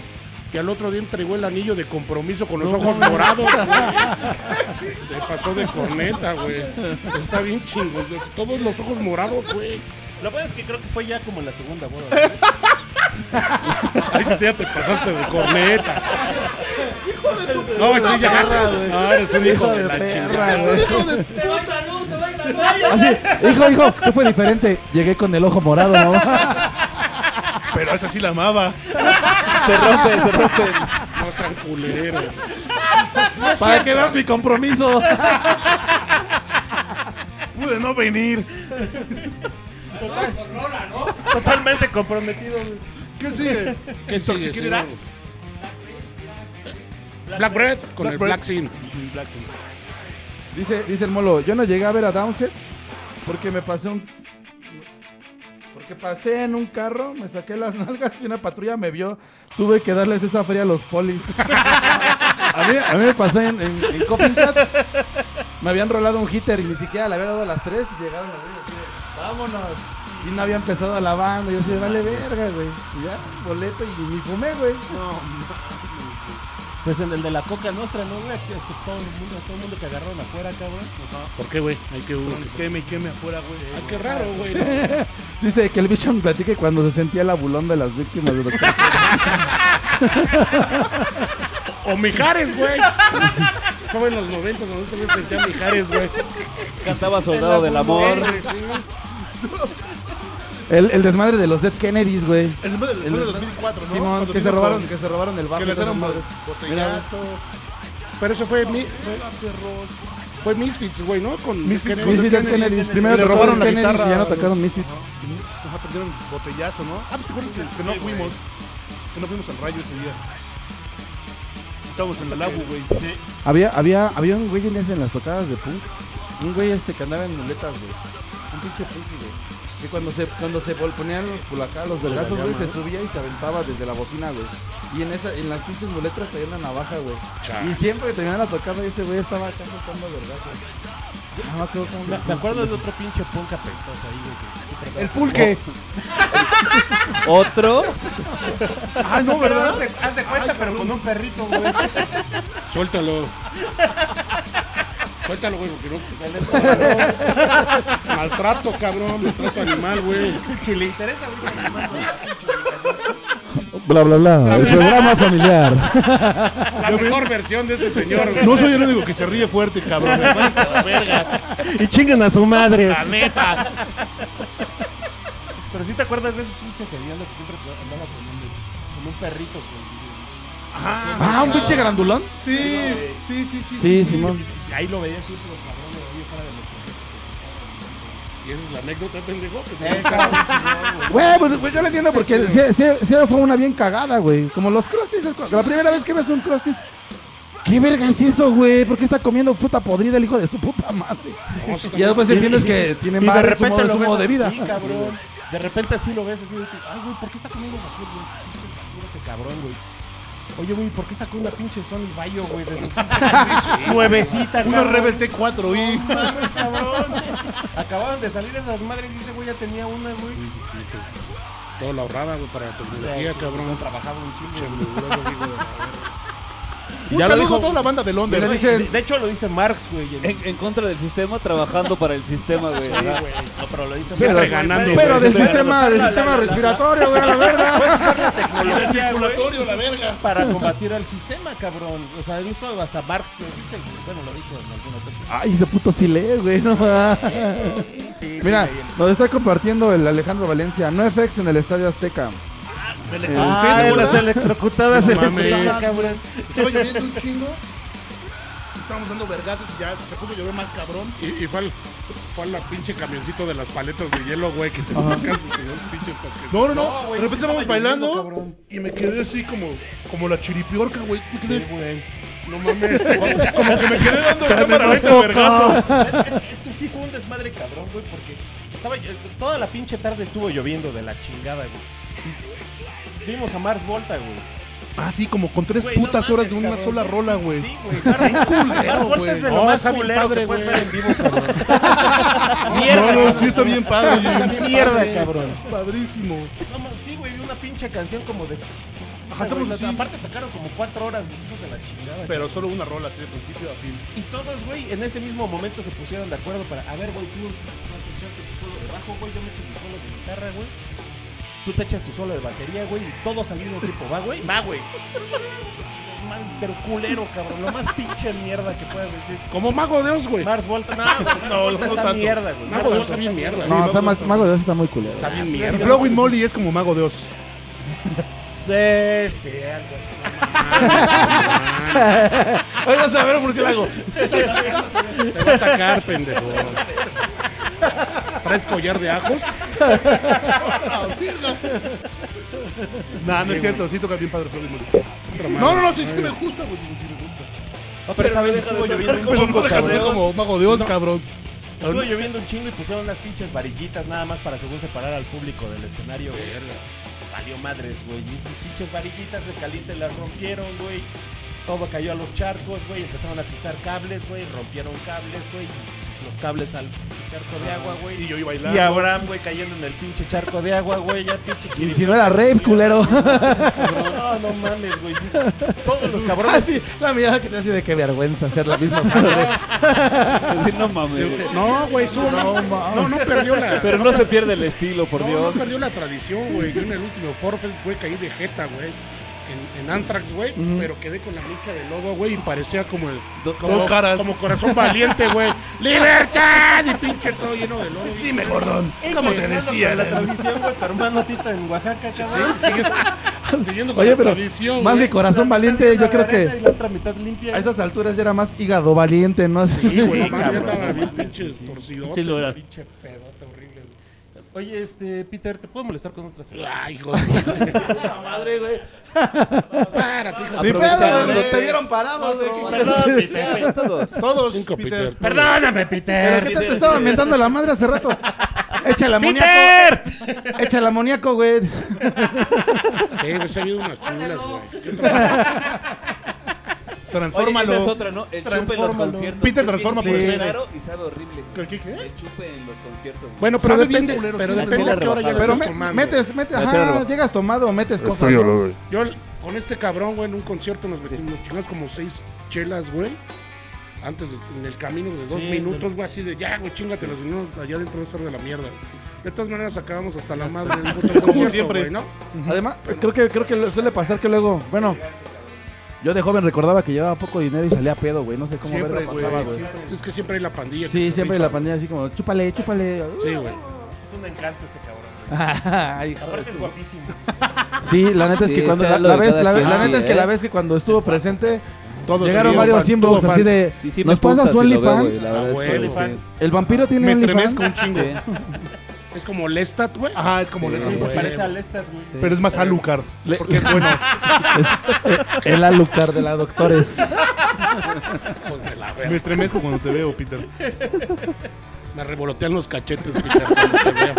Y al otro día entregó el anillo de compromiso con los ojos morados, güey. Se pasó de corneta, güey. Está bien chingón. güey. Todos los ojos morados, güey. Lo bueno es que creo que fue ya como la segunda boda. güey. Ahí sí, ya te pasaste de corneta. No, sí, ya. Ah, eres un hijo de la chingada. Así, hijo, hijo, ¿qué fue diferente? Llegué con el ojo morado, ¿no? Pero esa sí la amaba. Se rompe, se rompe. No sean culeros. ¿Para qué das mi compromiso? Pude no venir. Totalmente comprometido, güey. ¿Qué sigue? ¿Qué sigue? señor? Black Bread con el Black Sin. Dice, dice el molo, yo no llegué a ver a Downset porque me pasé un... Porque pasé en un carro, me saqué las nalgas y una patrulla me vio. Tuve que darles esa feria a los polis. a, mí, a mí me pasó en, en, en Coffin Cats. Me habían rolado un hitter y ni siquiera le había dado las tres y llegaron a mí, así de, vámonos. Y no había empezado la banda. Y yo así, de, vale verga, güey. Y ya, boleto y, y fumé, güey. Pues en el de la coca nuestra, ¿no, güey? Que que todo el mundo, todo el mundo que agarraron afuera, cabrón. ¿Por qué, güey? Hay que uno. Queme y queme afuera, güey. Ah, qué raro, güey. Dice que el bicho me platique cuando se sentía el abulón de las víctimas de Doctor Seuss. O Mijares, güey. Estaba en los 90, donde se me sentía Mijares, güey. Cantaba Soldado del Amor. Sí, güey, sí. El, el desmadre de los Dead Kennedys, güey. El después del El- después del 2004, ¿no? Simón, Cuando que se vino robaron, con- que se robaron el Que barrio. le esas hicieron madres. botellazo. Pero eso fue, mi, fue, fue Misfits, güey, ¿no? Con Misfits, Kennedy. Mira, Misfits Dead Kennedys. Primero le tocaron robaron la Kennedys guitarra. y ya no tocaron Misfits. Ajá, perdieron botellazo, ¿no? Ah, pues te acuerdas que, que no fuimos. Que no fuimos al rayo ese día. estábamos en la labu, güey. Había, había, había un güey en ese- en las tocadas de punk. Un güey este que andaba en muletas, güey. Un pinche punk, güey. Que cuando se, cuando se vol- ponían los pulacá, los vergazos, güey, se subía y se aventaba desde la bocina, güey. Y en esa, en las pinches muletas traía una navaja, güey. Y siempre que terminaban la tocada, ese güey estaba acá soltando vergazos. Ah, me acuerdo cómo- Me, me acuerdo de otro pinche punk apestoso ahí, güey. que siempre andaba- El pulque. Otro, Ah, no, ¿verdad? Haz de cuenta, pero con un perrito, güey. Suéltalo. Suéltalo, güey, porque no. maltrato, cabrón. Maltrato animal, güey. Si le interesa, güey. Bla, bla, bla. El programa familiar. La mejor versión de este señor, güey. No soy el único que se ríe fuerte, cabrón. me parece la verga. Y chingan a su madre. La neta. Pero si te acuerdas de ese pinche genial que siempre andaba con un, con un perrito, güey. Ah, un pinche grandulón. Sí, sí, sí, sí. Sí, Simón. Ahí lo veía siempre los cabrones ahí fuera de los Y esa es la anécdota, pendejo. pues, Güey, pues, güey, yo lo entiendo porque sí, sí- sí fue una bien cagada, güey. Como los crusties. es cu- la primera vez que ves un crustis. ¿Qué verga es eso, güey? ¿Por qué está comiendo fruta podrida el hijo de su puta madre? Y ya después entiendes que tiene Y de madre, su repente modo, lo su ves modo de vida. así, cabrón. De repente así lo ves así de que, ay, güey, ¿por qué está comiendo basura, güey? Pinche basura ese cabrón, güey. Oye, güey, ¿por qué sacó una pinche Sony Bayo, güey? De su pinche nuevecita, Una cabrón? Rebel T4, y No mames, cabrón. Acababan de salir esas madres y ese güey ya tenía una, güey. Todo lo ahorraba, güey, para la tecnología, Sí, cabrón. Trabajaba un chingo. güey. Un ya lo saludo dijo. a toda la banda de Londres. Pero ¿no? dice- De, de hecho, lo dice Marx, güey. en- en, en contra del sistema, trabajando para el sistema, güey. ajá. No, pero lo dice Pero- Marx. ganando, güey. Pero este del Siempre sistema, ganando. del sistema respiratorio, güey, a la verga. Tecnología, güey. la verga. para combatir al sistema, cabrón. O sea, incluso hasta Marx lo dice, güey. bueno, lo dijo en alguna ocasión. Ay, ese puto sí lee, güey, no mames. Mira, nos está compartiendo el Alejandro Valencia. No FX en el Estadio Azteca. Eh, Ay, las electrocutadas del Azteca, Estaba lloviendo un chingo. Estábamos dando vergazos y ya se puso a llover más cabrón. Y, y fue, al, fue al pinche camioncito de las paletas de hielo, güey, que te tocas y te da un pinche toque. No, no, no. de repente estábamos bailando y me quedé así como, como la chiripiorca, güey. Me quedé- No mames. como que me quedé dando el cámara lenta de vergazo. Es, que- es que sí fue un desmadre cabrón, güey, porque estaba ll- toda la pinche tarde estuvo lloviendo de la chingada, güey. Vimos a Mars Volta, güey. Así como con tres Güey, no putas mames, horas de una cabrón. sola rola, güey. Sí, güey. Mars, Mars Volta güey. es de lo No, más está bien culero padre, que puedes güey. ver en vivo, cabrón. No, Mierda, no, cabrón. sí está bien padre. güey. Está bien Mierda, Padre, cabrón. Padrísimo. No, ma- sí, güey, una pinche canción como de... Ajá, estamos Güey, así. Aparte tocaron como cuatro horas, los hijos de la chingada. Pero solo una rola, así de principio a fin. Y todos, güey, en ese mismo momento se pusieron de acuerdo para, a ver, güey, tú vas a echarte tu solo de bajo, güey, yo me echo mi solo de guitarra, güey. Tú te echas tu solo de batería, güey, y todos al mismo tiempo, va, güey, va, güey. Man, pero culero, cabrón, lo más pinche mierda que puedas sentir. Como mago de Dios, güey. Mars Volta, no, güey, No, no, no, no está tanto. mierda, güey. Mago de Dios está bien mierda. No, está más, Mago de Dios está muy culero. Está bien Y mierda. Flowing Molly es como Mago de Oz. Sí, sí, algo así. Hoy vas a ver un murciélago. Te va a atacar, pendejo. ¿Traes collar de ajos? No, no es cierto, sí toca bien padre Flowing Molly. Otra No, madre. no, no, sí, sí que me gusta, güey. sí me gusta. No, pero esa vez estuvo lloviendo un Pero no chingo, deja de ser cabrón. como Mago de Oz, cabrón. Estuvo lloviendo un chingo y pusieron unas pinches varillitas nada más para según separar al público del escenario, güey. Valió madres, güey. Y sus pinches varillitas de caliente las rompieron, güey. Todo cayó a los charcos, güey. Empezaron a pisar cables, güey. Rompieron cables, güey. Los cables al pinche charco Ah, de agua, güey. Y yo iba Y bailando. Abraham, güey, cayendo en el pinche charco de agua, güey. Ya pinche Y si no era rape, culero. No, no mames, güey. Todos los cabrones. Ah, sí, la mirada que te hace de qué vergüenza hacer la misma sangre. Sí, no mames. güey. No, güey, estuvo mal. No, no perdió la. Pero no se pierde el estilo, por no, Dios. no perdió la tradición, güey. Yo en el último Forfest, güey, caí de jeta, güey. En, en Anthrax, güey, pero quedé con la mancha de lodo, güey, y parecía como el. Dos- como, dos caras. Como corazón valiente, güey. ¡Libertad! Y pinche todo lleno de lodo. Dime, Gordón, ¿cómo te decía? La tradición, güey, tu hermano Tito en Oaxaca, cabrón. Siguiendo con Oye, la pero tradición. más güey. de corazón La mitad valiente, es una yo creo vareta que y la otra mitad limpia. a estas alturas ya era más hígado valiente, ¿no? Sí, güey, Sí, no mames, ya estaba bien pinche torcido. Sí, lo era. Pinche pedota horrible. güey. Oye, este, Peter, ¿te puedo molestar con otra cerveza? Ay, hijo de Madre, güey. Párate, hijo Ni de pedo, Aprovechando. güey, te vieron parado, güey. ¿qué Perdón, crees? Peter. Todos. Todos. Cinco, Peter. Perdóname, ¿Pero qué Peter. tal te estaban mentando la madre hace rato? Echa el amoníaco. ¡Peter! Echa el amoníaco, güey. Sí, güey, se ha habido unas chulas, güey. ¿Qué Transfórmalo. Oye, esa es otra, ¿no? El chupe en los Transfórmalo. conciertos. Peter transforma por por Peter. Claro, y sabe horrible. ¿Qué, qué, qué? El chupe en los conciertos. güey. Bueno, pero Sabe bien depende, culero, pero sí, la depende a qué hora ya lo Pero estás me- tomando. metes, metes, ajá, llegas tomado o metes cosas. Estoy ¿no? olor, güey. Yo l- con este cabrón, güey, en un concierto nos metimos, nos chingamos como seis chelas, güey. Antes, de- en el camino de dos minutos, güey, así de ya, güey, chingatelas, y no, allá adentro va a estar de la mierda. De todas maneras, acabamos hasta la madre del puto concierto, siempre. güey, ¿no? Además, creo que, creo que lo- suele pasar que luego, bueno, yo de joven recordaba que llevaba poco dinero y salía pedo, güey. No sé cómo Siempre, verga güey. pasaba, güey. Es que siempre hay la pandilla. que Sí, se siempre rifa, la pandilla así como, chúpale, chúpale. güey. Sí, güey. Es un encanto este cabrón, güey. Ay, hijo de Aparte es guapísimo. Sí, la neta es que Sí, cuando sea la, lo la de vez, cada la, quien, la sí, neta es que ¿eh? la vez que cuando estuvo presente Todos llegaron tuvo varios fans, inbox tuvo así fans. de Sí, sí, ¿Nos me gusta, pasas sí su lo veo, güey, OnlyFans? la verdad Ah, es güey, que Ah, OnlyFans. El vampiro tiene Me OnlyFans. estremezco un sí. chingo. Sí. Es como Lestat, güey. Ajá, es como Sí. le Sí. Se güey. parece a Lestat, güey. Pero es más Alucard. Porque es bueno. El alucar de la doctores. Hijos de la Me verga. estremezco cuando te veo, Peter. Me revolotean los cachetes, Peter, cuando te veo.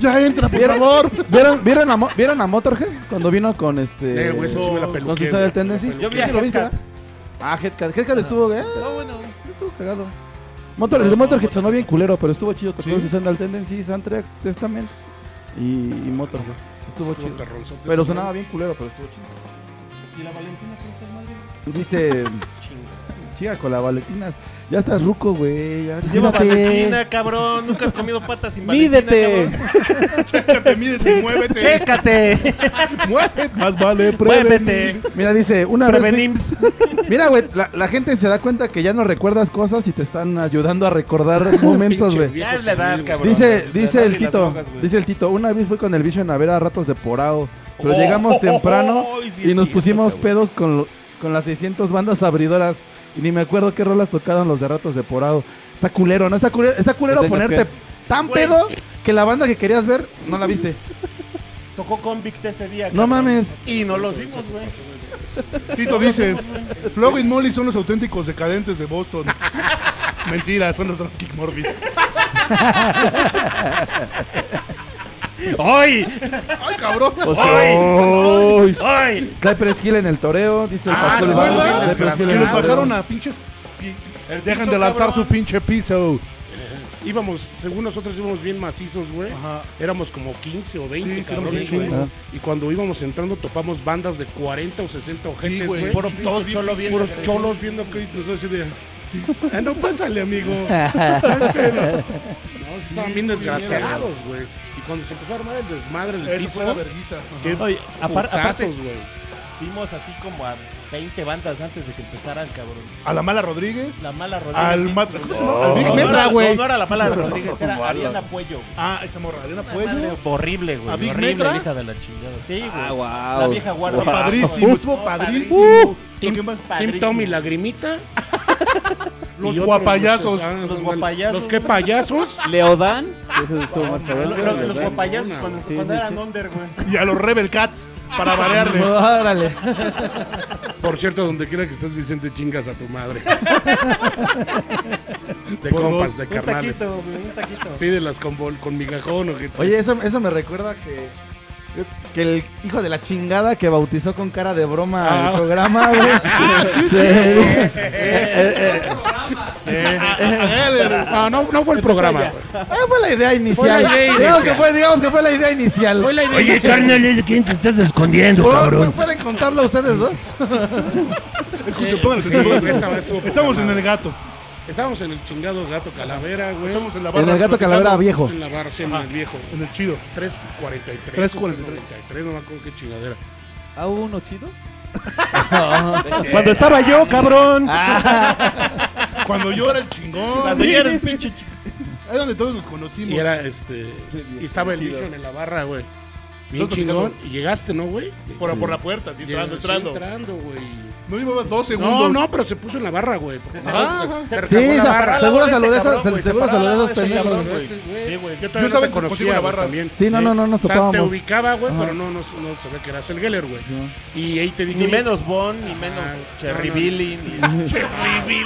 ya entra, por favor. ¿Vieron, vieron, a, Mo- ¿Vieron a Motorhead cuando vino con este. Eh, güey, eso sí me la peluqué, ¿Con Suicide güey. Tendencies? Yo vi a ¿Sí lo viste? Headcat. Ah, Headcat. Headcat estuvo, eh, No, bueno. estuvo cagado. Motor, el de Motorhead sonó bien culero, pero estuvo chido. Tocó Suicidal Tendencies, Anthrax, Testament y, y Motorhead. Estuvo Todo chido. perronzote. Pero sonaba bien culero, pero estuvo chido. ¿Y la Valentina qué es madre? Dice, Chinga. chica, con la valetina. Ya estás ruco, güey. Pues ya Lleva cuídate. Valentina, cabrón. Nunca has comido patas sin Valentina, Mídete. cabrón. Te mides y muévete. Chécate. Muévete. Más vale Muévete. Mira, dice, una vez. Prevenims. Mira, güey, la, la gente se da cuenta que ya no recuerdas cosas y te están ayudando a recordar momentos, Pinche güey. viejo Ya es la edad, senil, güey. cabrón. Dice, dice edad y el las Tito, drogas, güey. dice el Tito, una vez fui con el Vision a ver a ratos de Porao, pero llegamos Oh, temprano oh, oh, sí, y es nos cierto, pusimos cabrón. pedos con, lo- con las 600 bandas abridoras y ni me acuerdo qué rolas tocaron los de ratos de Porao. Está culero, ¿no? Está culero, está culero No tengas ponerte tan Güey. pedo que la banda que querías ver no la viste. Tocó Convict ese día. No cabrón. mames. Y no los vimos, güey. Tito dice, Flow y Molly son los auténticos decadentes de Boston. Mentira, son los Dropkick Murphys. ¡Ay! ¡Ay, cabrón! ¡Ay! ¡Ay! Cypress Hill en el toreo, dice el Ah, Paco ¿se el Barrio, acuerdan? Cypress Hill Que en el los toreo. bajaron a pinches... pi- El Dejan piso, de lanzar cabrón. su pinche piso. íbamos, según nosotros íbamos bien macizos, güey. Ajá. Éramos como 15 o 20 Sí, sí, éramos cabrones, un güey. chingo. Y cuando íbamos entrando topamos bandas de 40 o 60 ojetes, Sí, güey. güey. Puro Todos pinche cholo bien viendo- puros pinche cholos viendo que nos así de... "Ah, no, pásale, amigo. No, pero- no, sí estaban bien desgraciados, güey. Y cuando se empezó a armar el desmadre del Eso piso, fue la vergüenza. Ajá. qué Oye, apar- aparte, putazos, güey. vimos así como a 20 bandas antes de que empezaran, cabrón. A la mala Rodríguez. La mala Rodríguez. Al ma- ¿cómo se llama? Al Big No, no Metra, era- güey. No, no era la mala Rodríguez, era Ariana Puello. güey. Ah, esa morra. Elena Madre, Puello. Horrible, güey. ¿A Big horrible, Metra? hija de la chingada. Sí, güey. Ah, wow. La vieja guardia. Wow. Padrísimo. Uh, Estuvo Oh, padrísimo. Tim- ¿Quién más? Tim padrísimo. Tommy Lagrimita. Los Y otros, guapayazos. ah, Los guapayazos. Los qué payasos. Leodán. Ese estuvo más cabrón. Los, güey, los, los ¿verdad? guapayazos Una. cuando, Sí, cuando sí, eran sí. under, güey. Y a los Rebel Cats. Para Ah, variarle. Órale. Por cierto, donde quiera que estés, Vicente, chingas a tu madre. De Por dos. compas, de Un carnales. taquito, güey, un taquito. Pídelas con, bol- con migajón o que Oye, eso, eso me recuerda que, que el hijo de la chingada que bautizó con cara de broma Ah. al programa, güey. Sí. Eh, eh, eh. No, no, no fue el programa. Ah, fue la idea inicial. la idea digamos, inicial. Que fue, digamos que fue la idea inicial. Fue la idea. inicial. ¿de quién te estás escondiendo, ¿Puedo- ¿Pueden contarlo ustedes dos? Escuchen, pónganle pues, Sí, atención. güey, esa vez estuvo Estamos en programada. el gato. Estábamos en el chingado gato calavera, güey. Estamos en la barra. En el gato platicando. calavera viejo. En la barra, sí, en el viejo. En el chido. 343. 343. 343, no me acuerdo qué chingadera. ¿Ah, hubo uno chido? Cuando estaba yo, cabrón. Cuando yo era el chingón. Cuando ya eres pinche chico. Es donde todos nos conocimos. Y era este. Y estaba el Vision en la barra, güey. Bien Estamos platicando. chingón. Y llegaste, ¿no, güey? por, por la puerta, así entrando, Llegaste entrando. entrando, güey. No llevabas dos segundos. No, no, pero se puso en la barra, güey. porque se- no, se- se- se se- recagó Sí, en la se- barra. seguro güey, saludé este a- cabrón, se- güey, seguro se paró saludé a al esos lado de ese pendejos, cabrón, güey. Sí, güey. Yo Yo todavía no estaba te en conocía, la güey, barra. también. Sí, no, no, no, nos O sea, te topábamos. ubicaba, güey, Ajá. pero no, no, no sabía que eras el Geller, güey. Y ahí te dije. Ni oye, menos Bon, ni menos Ah, Cherry no, no. Billy,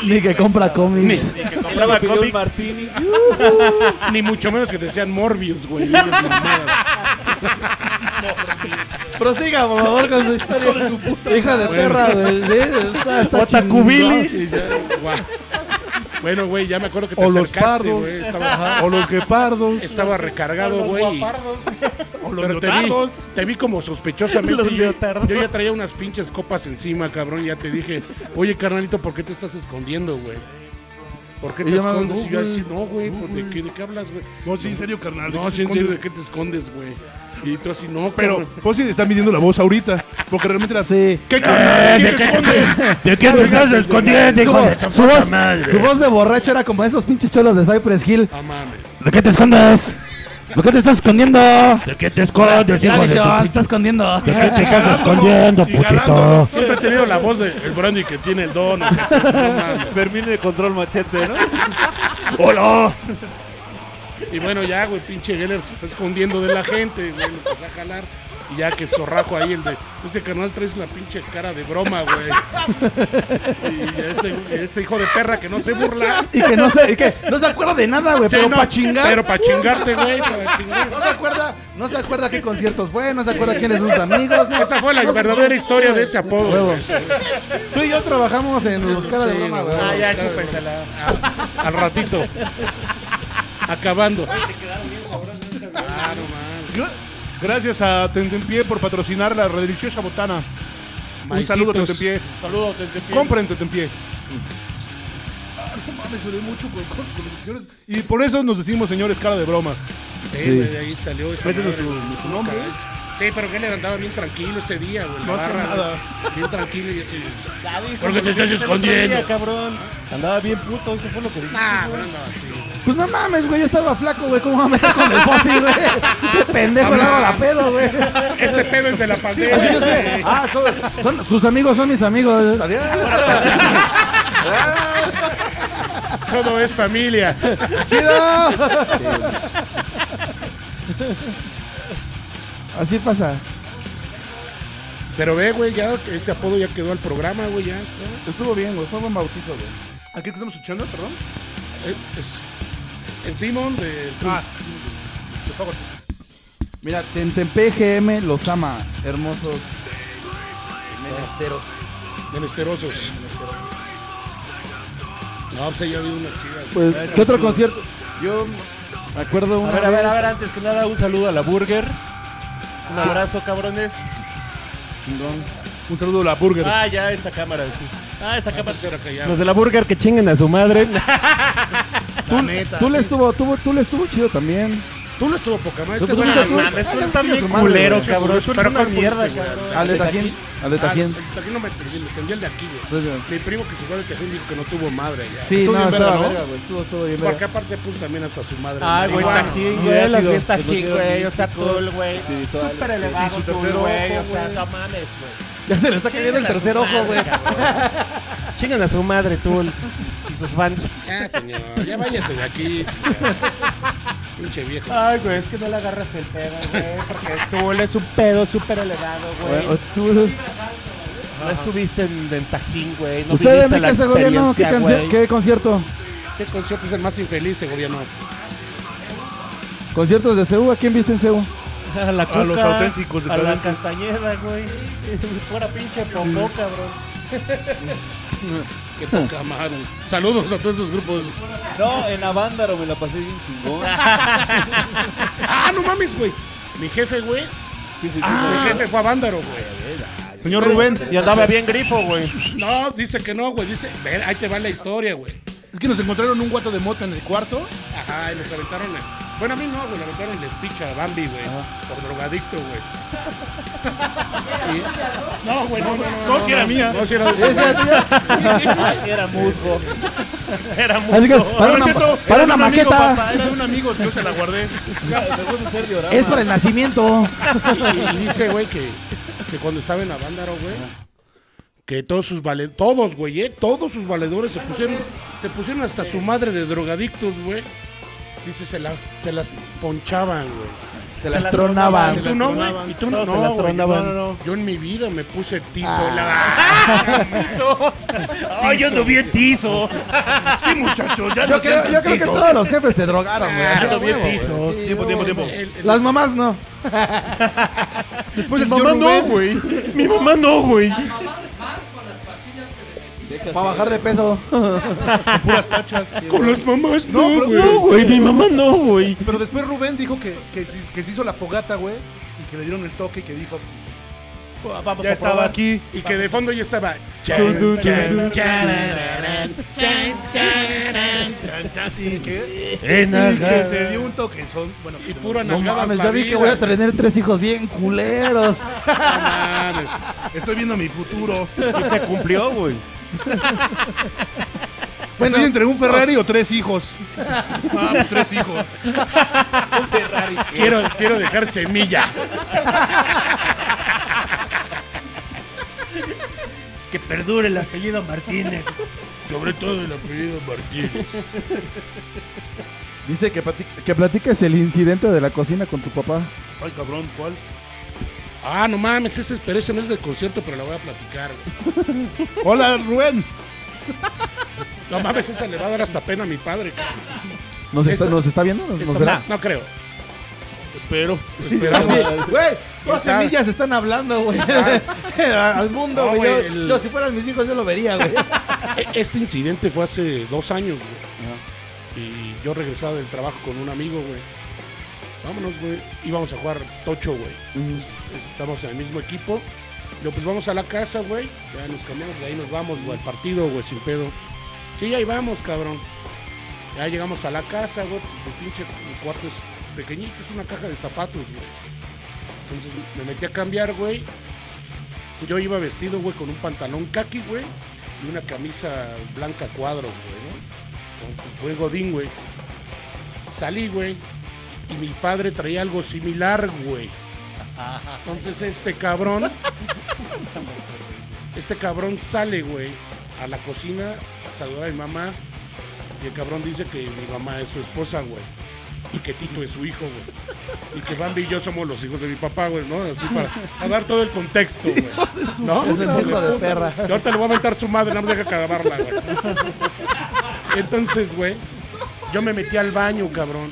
ni Ni que compra cómics. ni que compraba cómic. Martini. Ni mucho menos que te sean Morbius, güey. Esas mamadas. Prosiga, por favor, con su historia. Hija de perra, güey. Sí, está, está chingón. Y ya, guau. Bueno, güey, ya me acuerdo que te O los acercaste, pardos. güey. Ajá. Estabas, O los guepardos. estaba recargado, güey. y- O los Pero te vi, leotardos. te vi como sospechosamente. Los y yo, leotardos. yo ya traía unas pinches copas encima, cabrón. y Ya te dije, oye, carnalito, ¿por qué te estás escondiendo, güey? ¿Por qué Y te yo me- escondes? Y yo no, así, no, güey, no, pues, ¿de, güey. qué, ¿de qué hablas, güey? No, sí, en serio, carnal. No, sí, en serio, ¿de qué te escondes, güey? Y tú así, no, Pero pues, cabrón. Fossi está midiendo la voz ahorita. Porque realmente la. Sí. ¿Qué carnal? ¿Qué te escondes? ¿De qué te estás escondiendo, Su, hijo de tu su puta voz, madre? su voz de borracho era como esos pinches cholos de Cypress Hill. Ah, mames. ¿De qué te escondes? ¿De qué te estás escondiendo? ¿De qué te escondes, hijo Dale, de tu Sean, "Ah, puta "Ah, se está escondiendo. ¿De qué te estás escondiendo, Y jalando, putito? Siempre he tenido la voz del el brandy que tiene el don. o sea, no mames. Fermín de control machete, ¿no? ¡Hola! Y bueno, ya, güey, pinche Geller se está escondiendo de la gente, güey, lo empezó a jalar. Y ya que zorrajo ahí el de, este canal traes la pinche cara de broma, güey. Y este, este hijo de perra que no se burla. Y que no se, y que no se acuerda de nada, güey. Pero Sí, no, pa' chingar. Pero pa' chingarte, güey, para chingar. No se acuerda, no se acuerda qué conciertos fue, no se acuerda quiénes son sus amigos. no. Esa fue la No se verdadera acuerda, historia de ese güey. apodo. güey. Tú y yo trabajamos en los caras de Sí, broma, güey. güey. Ah, ya, chúpensela. Ah, Al ratito. Acabando. Ah, Gra- Gracias a Tentempié por patrocinar la deliciosa botana. Un saludo, Maicitos. Tentempié. Saludos, Tentempié. Compren Tentempié. Ah, no mames, lloré mucho con- con- con los señores. Y por eso nos decimos, señores, cara de broma. Sí, güey, de ahí salió ese Métete tu- tu nombre. Sí, pero Geller andaba bien tranquilo ese día, güey. en la No hacía barra, nada. güey. Bien tranquilo y así. Ya, dijo, ¿Por qué te estás el otro escondiendo? día, cabrón. Andaba bien puto, eso fue lo que dije. Ah, pero andaba así, güey. Pues no mames, güey, yo estaba flaco, güey. ¿Cómo me meter con el fósil, güey? Qué pendejo le hago la pedo, güey. Este pedo es de la pandemia. Así yo sé. Ah, son, son- sus amigos son mis amigos. Todo es familia. ¡Chido! Así pasa. Pero ve, güey, ya ese apodo ya quedó al programa, güey, ya está. Estuvo bien, güey. Fue buen bautizo, güey. ¿A qué estamos escuchando, perdón? Eh, Es, es Demon de... Ah. Mira, Tentempe GM los ama. Hermosos. Menesteros. Menesterosos. No, pues ahí ya había una chida. güey. Pues, ¿qué otro concierto? Yo me acuerdo A una ver, a vez- ver, a ver, antes que nada, un saludo a la Burger. Un abrazo, cabrones. Un saludo a la burger. Ah, ya, esta cámara. sí. Ah, esa cámara. Los de la burger que chinguen a su madre. Tú, tú le estuvo, tuvo, tú le estuvo chido también. Tú no estuvo poca madre. Tú este güey fuiste era tú. mal- mames, tú Ah, estás chinga bien su madre, culero, güey. cabrón. Tú eres una mierda, cabrón. Al de Tajín, al de Ah, Tajín. el Tajín no me entendí, me entendí el de aquí, güey. Entonces, Mi primo que se fue de Tajín dijo que no tuvo madre ya. Sí, Estuvo no, bien verga, estaba ¿no? verga, güey. Estuvo todo bien Porque verga. aparte, pues también hasta su madre. Ay, güey, Igual, Tajín, no güey, hubiera la sido. fiesta Que no aquí, quiero güey, ni o sea, cool, güey, espiritual, súper Y elevado, su cool, tercer güey, ojo, o sea, güey. no mames, güey. Ya se le está cayendo el tercer ojo, güey. Chingan a su madre, Tul, y sus fans. Ya, Ah, señor, ya váyase de aquí. chingada. Pinche viejo. Ay, güey, es que no le agarras el pedo, güey, porque Tul es un pedo súper elevado, güey. O- o tú- No estuviste en, en Tajín, güey, no Ustedes, viviste mi la casa, gobierno, ¿qué, experiencia, güey. cancio- ¿qué concierto? ¿Qué concierto es el más infeliz, ese gobierno? ¿Conciertos de CEU? ¿A quién viste en CEU? A la A los Cuca, auténticos de A la Tajín. Castañeda, güey. Fuera pinche popó, cabrón. Qué poca madre. Saludos a todos esos grupos. No, en Avándaro me la pasé bien chingón. Ah, no mames, güey. Mi jefe, güey. Mi jefe fue a Vándaro, güey. Señor Rubén. Y andaba bien grifo, güey. No, dice que no, güey. Dice, ven, ahí te va la historia, güey. Es que nos encontraron un guato de mota en el cuarto. Ajá, y nos aventaron. el- Bueno, a mí no, güey. Le aventaron el speech a Bambi, güey. Ah. Por drogadicto, güey. Y- No, güey, no, no, no. No, si era mía. No, si era de ese güey. Era musgo. Era Así que, musgo. para No, no una, es cierto, para era una de un amigo, maqueta. papá, Era de un amigo, yo se la guardé. Es para el nacimiento. Y dice, güey, que, que cuando estaba en Avándaro, güey, que todos sus valedores, todos, güey, eh, todos sus valedores se pusieron, se pusieron hasta su madre de drogadictos, güey. Dice, se las, se las ponchaban, güey. Se las tronaban. ¿Y tú no, güey? ¿Y tú no? Todos se las güey, tronaban. no, no, no. Yo en mi vida me puse tizo. Ah, ¡Ay, yo ando bien tizo! Ah, sí, muchachos, ya Yo no creo, sean yo creo que tizos. todos los jefes se drogaron, güey. Ya Así, ando a bien huevo, güey. tizo. Sí, Tiempo, a tiempo, huevo. tiempo. Las mamás no. Después Mi el mamá señor no, Rubén. güey. Mi mamá no, güey. Para bajar de peso. Con las mamás No, no, güey. no, güey. Mi mamá no, güey. Pero después Rubén dijo que, que, se- que se hizo la fogata, güey. Y que le dieron el toque y que dijo. pues, Vamos Ya a estaba probar. aquí. Y que de fondo ya estaba. Chan, chan, Y que, En y que se nalga. dio un toquezón. Bueno, Y pura No nalgada. mames, ya vi que voy a tener tres hijos bien culeros. estoy viendo mi futuro. Y se cumplió, güey. Bueno, Estoy entre un Ferrari o tres hijos. Ah, pues tres hijos. Quiero, quiero dejar semilla. Que perdure el apellido Martínez. Sobre todo el apellido Martínez. Dice que, plati- que platiques el incidente de la cocina con tu papá. Ay, cabrón, ¿cuál? Ah, no mames, ese, pero ese no es del concierto, pero la voy a platicar. güey. Hola, Rubén. No mames, esta le va a dar hasta pena a mi padre. cabrón. ¿Nos, está, Eso- nos está viendo? ¿Nos, nos Esta- verá? no, no creo. Espero. Esperamos. Güey, dos ¿Quién sabe? semillas están hablando, güey. Al mundo, No, güey. güey, Yo- el- yo, si fueran mis hijos, yo lo vería, güey. E- Este incidente fue hace dos años, güey. Y yo regresaba del trabajo con un amigo, güey. Vámonos, güey. Íbamos a jugar tocho, güey. Pues, estamos en el mismo equipo. Digo, pues vamos a la casa, güey. Ya nos cambiamos, de ahí nos vamos, güey, al partido, güey, sin pedo. Sí, ahí vamos, cabrón. Ya llegamos a la casa, güey. pues, El pinche cuarto es pequeñito, es una caja de zapatos, güey. Entonces me metí a cambiar, güey. Yo iba vestido, güey, con un pantalón kaki, güey, y una camisa blanca cuadro, güey, ¿no? Con- Con buen godín, güey. Salí, güey, y mi padre traía algo similar, güey. Entonces este cabrón, este cabrón sale, güey, a la cocina a saludar a mi mamá, y el cabrón dice que mi mamá es su esposa, güey, y que Tito es su hijo, güey. Y que Bambi y yo somos los hijos de mi papá, güey, ¿no? Así para, para dar todo el contexto, güey. ¿No? Es el hijo de Puta. perra. Y ahorita le voy a aventar su madre, no me deja acabarla, güey. Entonces, güey, yo me metí al baño, cabrón.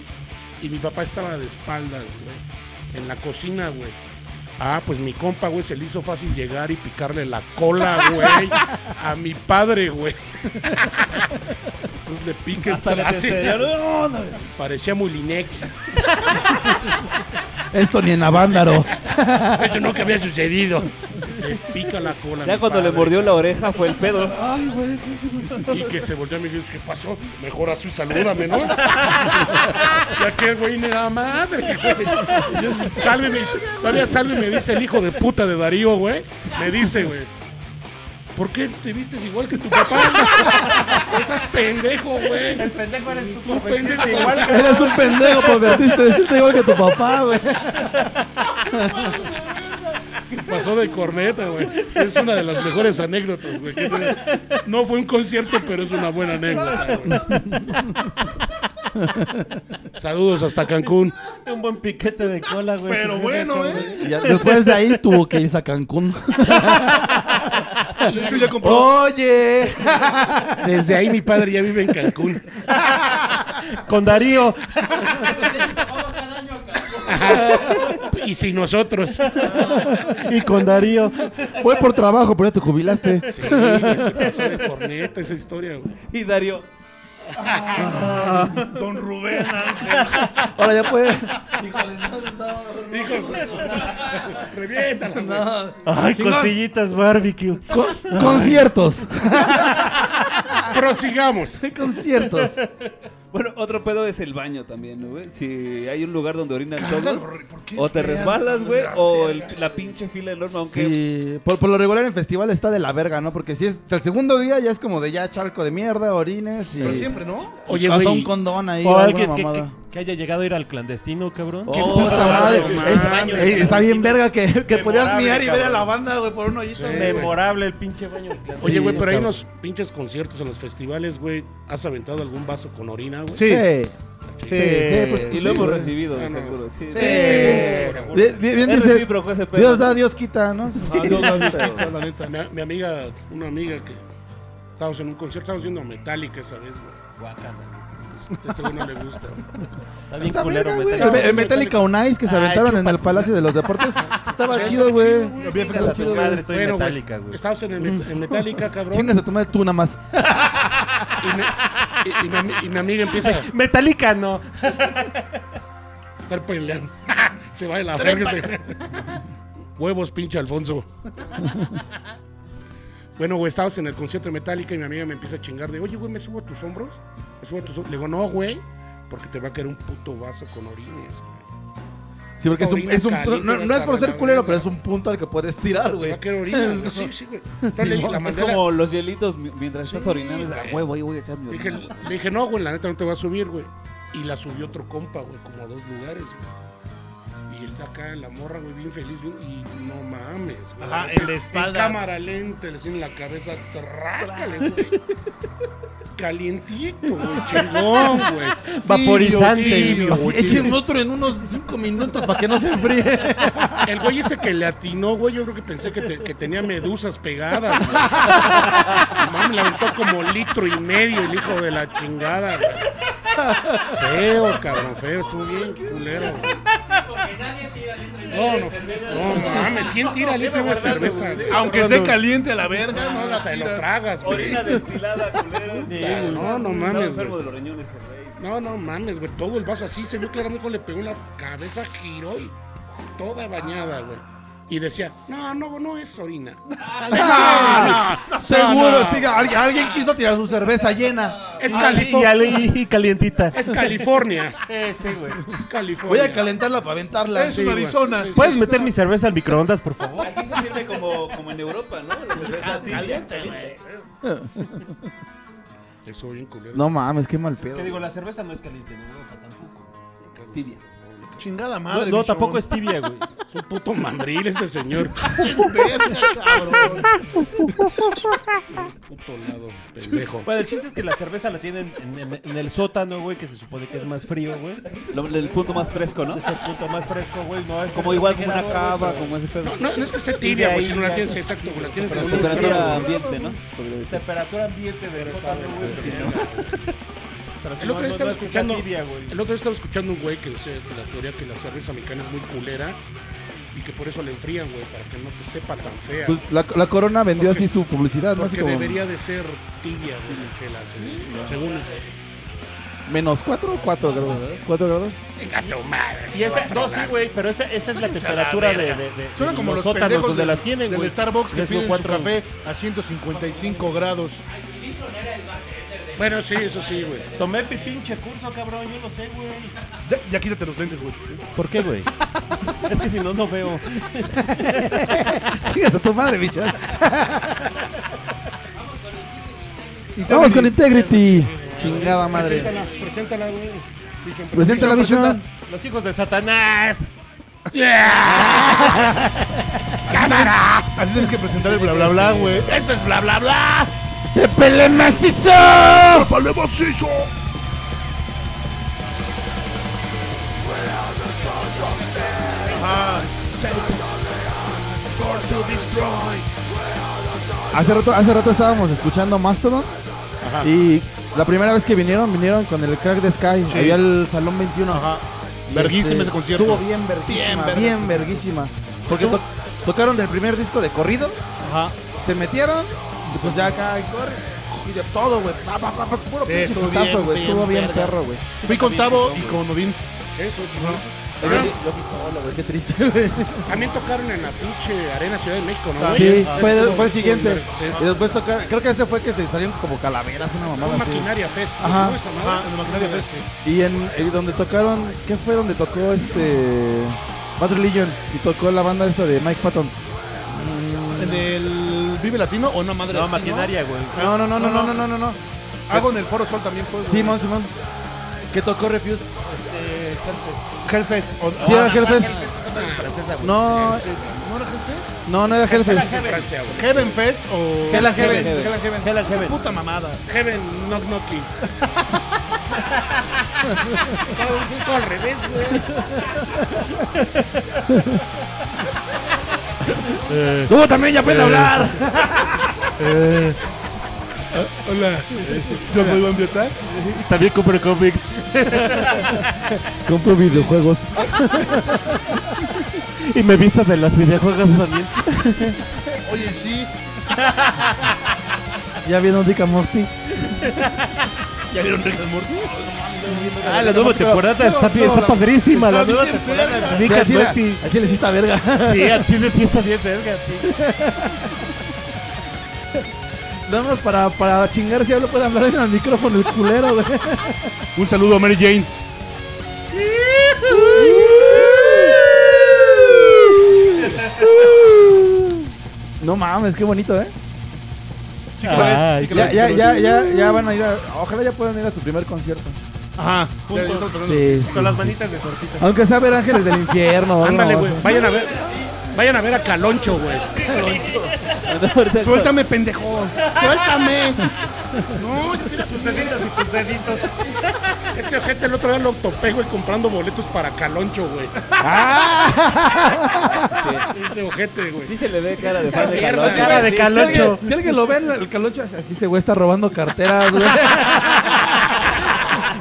Y mi papá estaba de espaldas, güey. En la cocina, güey. Ah, pues mi compa, güey, se le hizo fácil llegar y picarle la cola, güey, a mi padre, güey. Entonces le pica el traste. Parecía muy linex. Esto ni en Avándaro. Eso nunca había sucedido. Le pica la cola. a Ya mi cuando le padre, mordió la oreja fue el pedo. Y que se volvió a mi ¿qué pasó? Mejor así, salúdame, ¿no? y aquel güey ni la madre, güey. Y yo, Sálveme, todavía sálveme, me dice el hijo de puta de Darío, güey. Me dice, güey. ¿Por qué te vistes igual que tu papá? Estás pendejo, güey. El pendejo eres tú, Un pendejo igual que Eres un pendejo por vestirte, vestirte igual que tu papá, güey. Pasó de corneta, güey. Es una de las mejores anécdotas, güey. que tiene. No fue un concierto, pero es una buena anécdota, güey. Saludos hasta Cancún. Un buen piquete de cola, güey. Pero bueno, ¿eh? Y ya después de ahí tuvo que irse a Cancún. De hecho, ya compró. Oye. Desde ahí mi padre ya vive en Cancún. Con Darío. Y si nosotros. Y con Darío. Voy por trabajo, pero ya te jubilaste. Sí, güey, se pasó de corneta esa historia, güey. Y Darío, Don Rubén ah, Ángel. Ahora ya puedes. Reviéntala, güey. Ay, costillitas barbecue. Con- conciertos. Prosigamos. conciertos. bueno, otro pedo es el baño también, ¿no, güey? Si hay un lugar donde orinan todos, o te resbalas, güey, o el- la pinche fila enorme, aunque Sí, por, por lo regular en festival está de la verga, ¿no? Porque si es el segundo día ya es como de ya charco de mierda, orines y Pero siempre, ¿no? Oye, hasta güey. un condón ahí O o alguien alguna que, que, mamada. Oh, que que haya llegado a ir al clandestino, cabrón. Oh, ¡Qué puta madre! Es- eh, está bien verga que, que podías mirar y ver a la banda, güey, por un hoyito. güey. Memorable el pinche baño del clandestino. Oye, güey, pero ahí en cabrón. los pinches conciertos, en los festivales, güey, ¿has aventado algún vaso con orina, güey? Sí. Sí. sí, pues, y lo sí, hemos güey. recibido, de No, no. seguro. Sí, Sí. sí, Bien- bien Es dice, recíproco ese pedo. Dios da, Dios quita, ¿no? Sí. La neta, mi, mi amiga, una amiga que estábamos en un concierto, estábamos viendo a Metallica esa vez, güey. Guácala. Este güey no le gusta. Está bien Está culero, verga, güey. güey. Está El, Eh, bien el Metallica on Ice que se Ay, aventaron en el Palacio de los Deportes. Estaba chido, güey. Chingas a tu madre, estoy en Metallica, güey. Estábamos en, el, en Metallica, cabrón. Chingas a tu madre tú nada más. Y, me- y- y mi, ami- y mi amiga empieza a Metallica no. estar peleando. se va de la verga. ese güey. Huevos, pinche Alfonso. bueno, güey, estábamos en el concierto de Metallica y mi amiga me empieza a chingar de, oye, güey, ¿me subo a tus hombros? ¿Me subo a tus hombros? Le digo, no, güey, porque te va a caer un puto vaso con orines, güey. Sí, porque es un, es un- Orina no, no es por ser caliente, culero, güey. pero es un punto al que puedes tirar, Te güey. Va a caer orines, güey. Sí, sí, güey. Entonces le- la Es mandé a la- como los hielitos mi- mientras estás Sí, orinando. es, güey. A huevo, ahí voy a echar mi Le dije, orina. güey". le dije, no, güey, la neta no te va a subir, güey. Y la subió otro compa, güey, como a dos lugares, güey. Y está acá la morra, güey, bien feliz. bien- y no mames, güey. Ajá, en la espalda. cámara lenta, le tiene la cabeza, trácale, güey. Calientito, güey, chingón, güey. Tibio, Vaporizante, tibio, Así, güey, echen tibio. otro en unos 5 minutos para que no se enfríe. El güey ese que le atinó, güey, yo creo que pensé que, te- que tenía medusas pegadas, güey. Mami, le aventó como litro y medio el hijo de la chingada, güey. Feo, cabrón, feo, estuvo bien culero, güey. No, no, no mames, ¿quién tira litro de cerveza? güey? Aunque esté caliente a la verga, No, no la la Ah, te lo tira. tragas, güey. Orina destilada, culero. Sí, güey. No, no Estaba mames, enfermo güey. de los riñones ese güey. No, no mames, güey. Todo el vaso así se vio claramente cómo le pegó en la cabeza, giró y toda bañada, güey. Y decía, no, no, no es orina. Seguro, sí, alguien, alguien quiso tirar su cerveza llena. Es Ah, Y, California. al- y calientita. Es California. Ese, güey. Es California. Voy a calentarla para aventarla. Sí, güey. Sí, sí, Pues- ¿Puedes sí. meter mi cerveza al microondas, por favor? Aquí se sirve como, como en Europa, ¿no? La cerveza tibia. Eso bien culero. No mames, qué mal pedo. Te digo, la cerveza no es caliente en Europa tampoco. Tibia. Chingada No, madre. no Michon. tampoco es tibia, güey. Es un puto mandril este señor. puto lado, pendejo. Bueno, el chiste es que la cerveza la tienen en, en- en el sótano, güey, que se supone que es más frío, güey. Lo- el punto más fresco, ¿no? Es el punto más fresco, güey. No es Como el igual como una refrigerador, cava, güey, como ese pedo. No, no, no es que esté tibia, güey, ahí, sino la ya. tienes, exacto, güey, la tienes Pero como su una Temperatura temperatura. ambiente, ¿no? Podría pero decir. Temperatura ambiente del sótano, güey. sí, no. Pero si El no, otro día estaba no, no es que sea escuchando, tibia, güey. el otro día estaba escuchando un güey que dice que la teoría que la cerveza mexicana es muy culera y que por eso la enfrían, güey, para que no te sepa tan fea. Pues la, la corona vendió así su publicidad, ¿no? Así Porque como debería de ser tibia, güey, la chela, según eso. menos 4 o 4 grados. 4 grados. Venga, tu madre. Y esa, no, sí, güey, pero esa, esa es la temperatura de, de, de- Suena de como los sótanos pendejos donde del- las tienen, del güey. Starbucks que Tres por piden su cuatro. café a 155 grados. Bueno, sí, eso sí, güey. Tomé mi pinche curso, cabrón. Yo lo sé, güey. Ya, ya quítate los lentes, güey. ¿Por qué, güey? es que si no, no veo. Chingas a tu madre, bicho. Vamos con Integrity. Chingada madre. Preséntala, preséntala, güey. Bichon, Presenta la visión. Los hijos de Satanás. Ah, Así tienes que presentar el bla bla bla, güey. Esto es bla bla bla. ¡Trepele macizo! ¡Vale macizo! Hace rato, hace rato estábamos escuchando Mastodon. Y la primera vez que vinieron, vinieron con el crack de Sky. Había el Salón 21. Y Verguísima este, ese concierto. Estuvo bien verguísima. Bien, verguísima. Porque to- tocaron del primer disco de corrido. Se metieron. y Pues ya acá y corre. Y de todo, güey. Pa, pa, pa, pa, puro Sí, pinche estuvo putazo, bien, güey. bien Estuvo bien verga. perro, güey. Fui con Tavo y con Odín. Eso, chingón. Yo vi- yo vi solo, güey, Qué triste, güey. Ah, También tocaron en la pinche Arena Ciudad de México, ¿no? güey? Sí, fue, fue el siguiente. Sí. Y después tocaron. Creo que ese fue que se salieron como calaveras, una Fue mamada. así. Maquinaria Fest. ¿no? Ajá. Esa madre. Maquinaria Fest. Y en eh, donde tocaron, ¿qué fue donde tocó este Bad Religion? Y tocó la banda esta de Mike Patton. ¿En el Vive Latino o una madre No, así, maquinaria, güey. No, no, no, no, no, no, no, no. Hago en el Foro Sol también fue. güey. Simón, Simón. Que tocó Refuse. Este, Hellfest. o- Sí, era ah, Hellfest. Hellfest francesa, güey. No, Sí, ¿No era Hellfest? No, no era Hellfest. Era Francia, güey. Heaven Fest o. Hell and Heaven, Hell and Heaven. Esa Puta mamada. Heaven Knock Knocking. Todo un cinco al revés, güey. Tú también ya puedes hablar. Eh, ah, hola, yo soy Iván Vieta. También compré cómics. Compro videojuegos. y me visto de los videojuegos también. Oye, sí. Ya vieron Dick and Morty. ¿Ya vieron Rick and Morty? Ah, la nueva temporada está, bien, está padrísima. La nueva temporada de Rick and Morty. A Chile sí está verga. Sí, Ah, a Chile sí está bien, verga. Nada más para, para chingar si hablo puede hablar en el micrófono el culero, güey. Un saludo a Mary Jane. No mames, qué bonito, ¿eh? Sí que lo es, sí que lo Ya, es, ya, sí que ya, lo es. ya, ya van a ir a... Ojalá ya puedan ir a su primer concierto. Ajá, juntos. Sí, sí, con las sí. manitas de tortita. Aunque sea ver Ángeles del Infierno. o algo, Ándale, o güey. sea. Vayan a ver. Vayan a ver a Caloncho, güey. Suéltame, pendejo. Suéltame. No, Sus deditos y tus deditos. Este ojete el otro día lo topé, güey, comprando boletos para Caloncho, güey. Este ojete, güey. Sí se le ve cara de Esa fan de mierda. Caloncho. Cara de Sí, Si alguien, si alguien lo ve, el calocho hace así, ese güey está robando carteras, güey.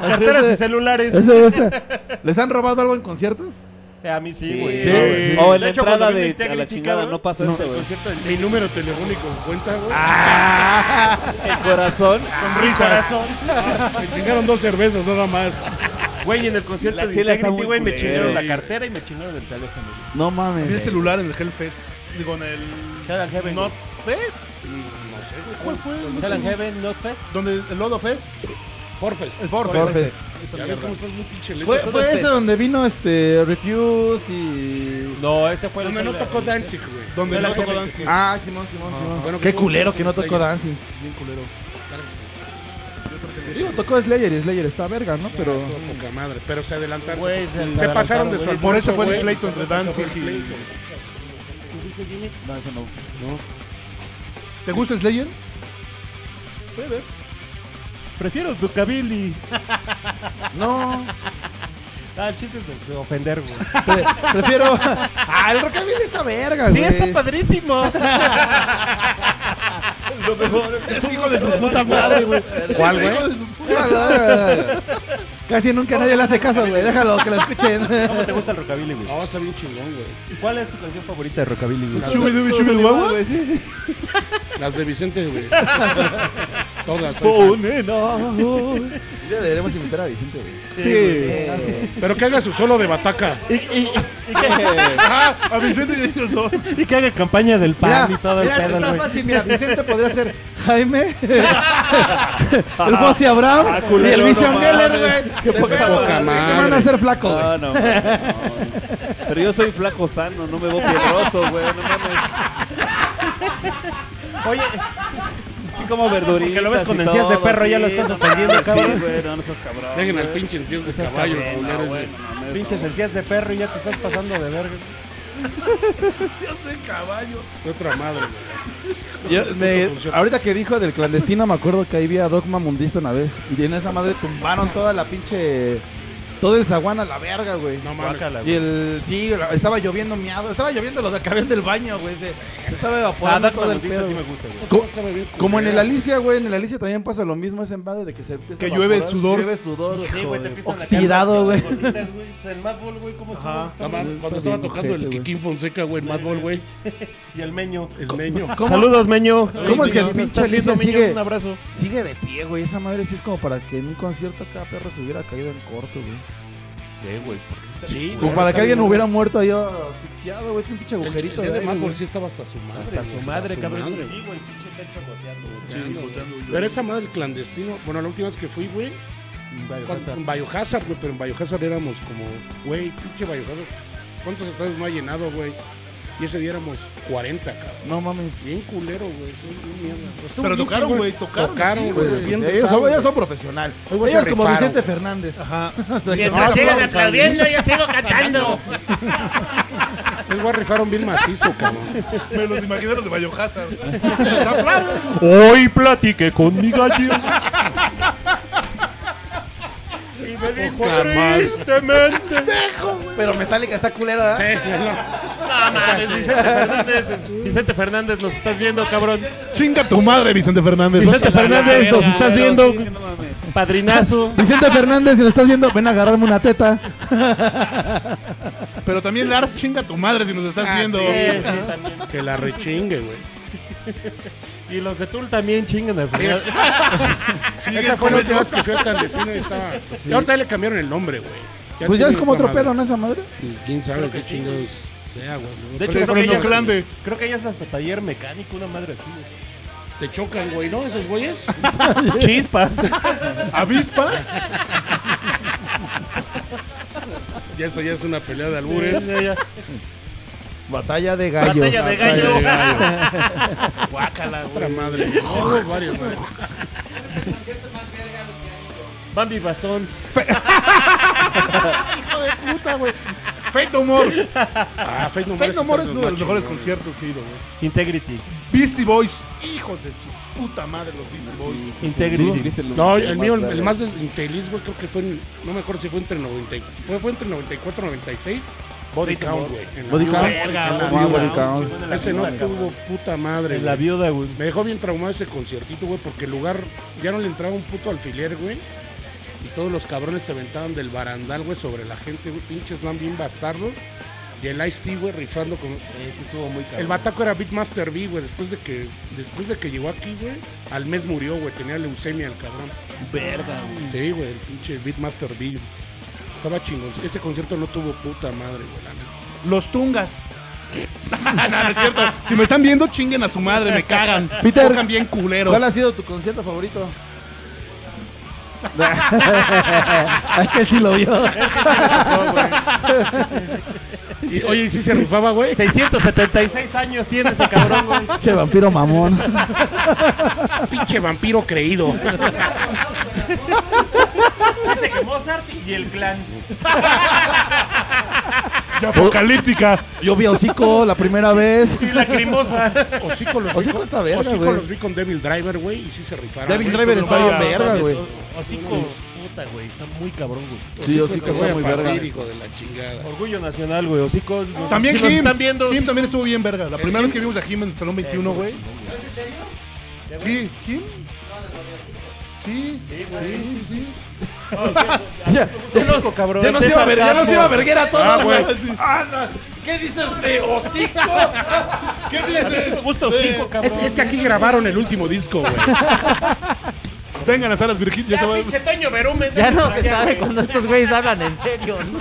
Carteras y celulares. Ese güey está- ¿Les han robado algo en conciertos? Eh, A mí sí, Sí, güey. sí. güey. O en la De hecho, entrada cuando vi de- Integrity, a la chingada, cabrón, no pasa el este, güey. concierto de Ah. Mi número telefónico en cuenta, güey. El corazón. Integrity, corazón. Me chingaron dos cervezas nada más. Güey, en el concierto La de chela está Integrity, muy güey, me culera, chingaron la güey. cartera y me chingaron el teléfono. güey. No Vi el mames. celular en el Hellfest. Digo, en el. Hell and Heaven, Not Fest. No sé, güey. ¿Cuál fue? Hell and Heaven, Not Fest. ¿Dónde? ¿El Lodo Fest? Forfest. El Forfest. Forfest. Ya ves cómo estás muy pinche lento. Fue, fue ese donde vino este Refuse y. No, ese fue el Donde no Hell and- tocó Danzig, güey. Donde Hell no and tocó Heaven, Danzig. Ah, Simón, Simón, Simón. Bueno, Qué que- culero que no tocó Dancing. Bien culero. Digo, tocó Slayer y Slayer está verga, ¿no? Pero. Eso, poca madre. Pero se adelantaron. Güey, se se, adelantaron, pasaron de güey. su Por eso fue el güey. pleito entre Se pasó Danzig el y- pleito. No, eso no. ¿Te gusta Slayer? Prefiero Ducabilly. No, Ah, el chiste es de- de ofender, güey. pre- prefiero. Ah, el Rockabilly está verga, güey. padrísimo. Lo mejor. Hijo de su puta madre, güey. ¿Cuál, güey? Hijo de su puta- Déjalo. Casi nunca nadie le hace caso, güey. Déjalo que lo escuchen. ¿Cómo te gusta el rockabilly, güey? No, está bien chingón, güey. ¿Cuál es tu canción favorita de rockabilly, güey? Shubidubi, shubidubawa. Güey, sí, sí. Las de Vicente, güey. Todas. soy Oh, fan. nena. Ya deberíamos invitar a Vicente, güey. Sí. Pero que haga su solo de bataca. Y, y- y que, Ah, a Vicente y a ellos dos. y que haga campaña del Mira, pan y todo el mira, pedo, está güey. fácil, mira, Vicente podría ser Jaime, el Fossi Abraham Ah, y culero, el Vision no Geller, mames. güey. Qué poca Te madre. van a hacer flaco, güey. No, Ah, no, no, Pero yo soy flaco sano, no me veo piedroso, güey. No mames. Oye, Sí como verduritas Porque lo ves y con encías de todo, perro, ya lo sí, estás no ofendiendo, mames, cabrón. Sí, güey, no, no seas cabrón. Dejen al güey. pinche encías de Seas caballo, cabrón, no, culeros, güey, güey. no mames, pinches no. encías de perro y ya te estás pasando de verga. De otra madre, güey. Yo, me- ahorita que dijo del clandestino, me acuerdo que ahí vi a Dogma Mundista una vez. Y en esa madre tumbaron toda la pinche. Todo el zaguán a la verga, güey. No mames. Guácala, güey. Y el. Sí, la- estaba lloviendo miado. Estaba lloviendo lo de acaban del baño, güey. Se, se estaba Ah, evaporando Dark todo el Maldita pedo. sí me güey. gusta, güey. Co- como en el Alicia, güey. En el Alicia también pasa lo mismo ese madre de que se empieza. Que a llueve el evaporar, sudor. Llueve sudor. Sí, güey, te joder, empiezan a caer oxidado, las güey. gotitas, güey. Pues el Madball, güey, ¿cómo estuvo? No mames, Cuando Está estaba bien, tocando el ojete, güey. Kikín Fonseca, güey, el Madball, güey. Y el Meño. El meño. ¿Cómo, Saludos, Meño. ¿Cómo es que el Nos pinche estás viendo, Alicia Meño? sigue- Un abrazo. Sigue de pie, güey. Esa madre sí es como para que en un concierto cada perro se hubiera caído en corto, güey. Sí, Como güey, para que está alguien bien, hubiera muerto ahí oh, asfixiado, güey. Tiene un pinche El, el agujerito día de de aire, Madball güey. sí estaba hasta su madre. Hasta su güey, madre, cabrón. madre. Sí, güey, pinche techo goteando, güey. Pero esa madre del clandestino, bueno, la última vez que fui, güey, cuando- en Biohazard, güey, pero en Biohazard éramos como, güey, pinche Biohazard, ¿cuántos estados no ha llenado, güey? Y ese día éramos 40, cabrón. No mames. Bien culero, güey. sí, bien mierda. Estuvo Pero bien tocaron, chingón. güey, tocaron. Tocaron, sí, güey. bien Ellos tocado, son, ellos güey. son profesionales. Hoy, güey, Ellos se como rifaron. Vicente Fernández. Ajá. O sea, Mientras no, sigan no, aplaudiendo, yo sigo cantando. Hoy, güey, rifaron bien macizo, cabrón. Me los imaginé los de Bayojasa. Hoy platiqué con mi gallina. Y me dijo, Tristemente. Pero Metallica está culera, ¿verdad? no mames, Vicente Fernández. es- Vicente Fernández, nos estás viendo, cabrón. Chinga tu madre, Vicente Fernández. Vicente Fernández, Pero, nos estás pero viendo. sí, no mames. Padrinazo. Vicente Fernández, si lo estás viendo, ven a agarrarme una teta. Pero también Lars, chinga tu madre si nos estás viendo. Sí, sí, también. Que la rechingue, güey. Y los de Tool también chingan a su madre. Esa fue la última vez que fui al clandestino y estaba. Y ahorita le cambiaron el nombre, güey. Pues ya tiene es como otra otro pedo, madre. ¿no? Esa madre. Pues quién sabe qué chingados sea, güey. De Pero hecho, creo es que, un ya, grande. creo que ya es hasta taller mecánico, una madre así. güey. Te chocan, güey, ¿no? Esos güeyes. Chispas. ¿Avispas? ya esto ya es una pelea de albures. Ya, ya. Batalla de gallos. Batalla de gallo. Guácala, Otra madre. Tengo varios, güey. Bambi Bastón. Puta, güey. Fate No More. Ah, Fate No More Fate No More es está uno de los mejores más chingón, güey. conciertos que he ido, güey. Integrity. Beastie Boys. Hijos de su puta madre, los Beastie Boys. Integrity. Viste lo No, que el mío, el, raro. el más des- infeliz, güey, creo que fue en, no me acuerdo si fue entre 90, y- fue, fue entre 94 96, Body Body Count, Count. güey. en la Body viuda. Count. Body Body Count. Count. Ese no tuvo puta madre, En la güey. viuda, güey. Me dejó bien traumado ese conciertito, güey, porque el lugar ya no le entraba un puto alfiler, güey. Y todos los cabrones se aventaban del barandal, güey, sobre la gente, güey. Pinche slam bien bastardo. Y el Ice T, güey, rifando con. Ese estuvo muy caro. El bataco era Beatmaster B, güey. Después de que, después de que llegó aquí, güey, al mes murió, güey. Tenía leucemia el cabrón. Verga, güey. Sí, güey, el pinche Beatmaster B. Estaba chingón. Ese concierto no tuvo puta madre, güey, la neta. Los Tungas. no, no es cierto. Si me están viendo, chinguen a su madre, me cagan. Peter. Tocan bien culero. ¿Cuál ha sido tu concierto favorito? es que él sí lo vio. Y, oye, ¿y si se rifaba, güey? 676 años tiene este cabrón, güey. Che, vampiro mamón. pinche vampiro creído. Dice que Mozart y el clan. Y apocalíptica. Yo vi a Hocico la primera vez. Y la crimosa. Hocico los Hocico vi con- está Pues verga, Hocico güey. los vi con Devil Driver, güey, y sí se rifaron. Devil güey. Driver Tú está no bien vayas, verga, güey. Hocico. Puta, güey. Está muy cabrón, güey. Sí, Hocico Hocico te voy fue a muy verga. partir, hijo de la chingada. Orgullo nacional, güey. Hocico. no- También si nos Jim. están viendo. Jim hocico. también estuvo bien verga. La primera vez que vimos a Jim en el Salón 21, güey. Sí, Jim. Sí, sí, sí, sí. Ya, Qué loco, cabrón. ya nos Qué iba a ver, ya nos sarcasmo. iba a verguera todo. Ah, güey. ¿Qué dices? Me gusta hocico, Es, cabrón. es que aquí grabaron el último disco, güey. Vengan a salas Virgil. Ya se Ya, va. pinche Toño Berumen. Ya no se Allá, sabe güey. cuando estos güeyes hablan en serio, ¿no?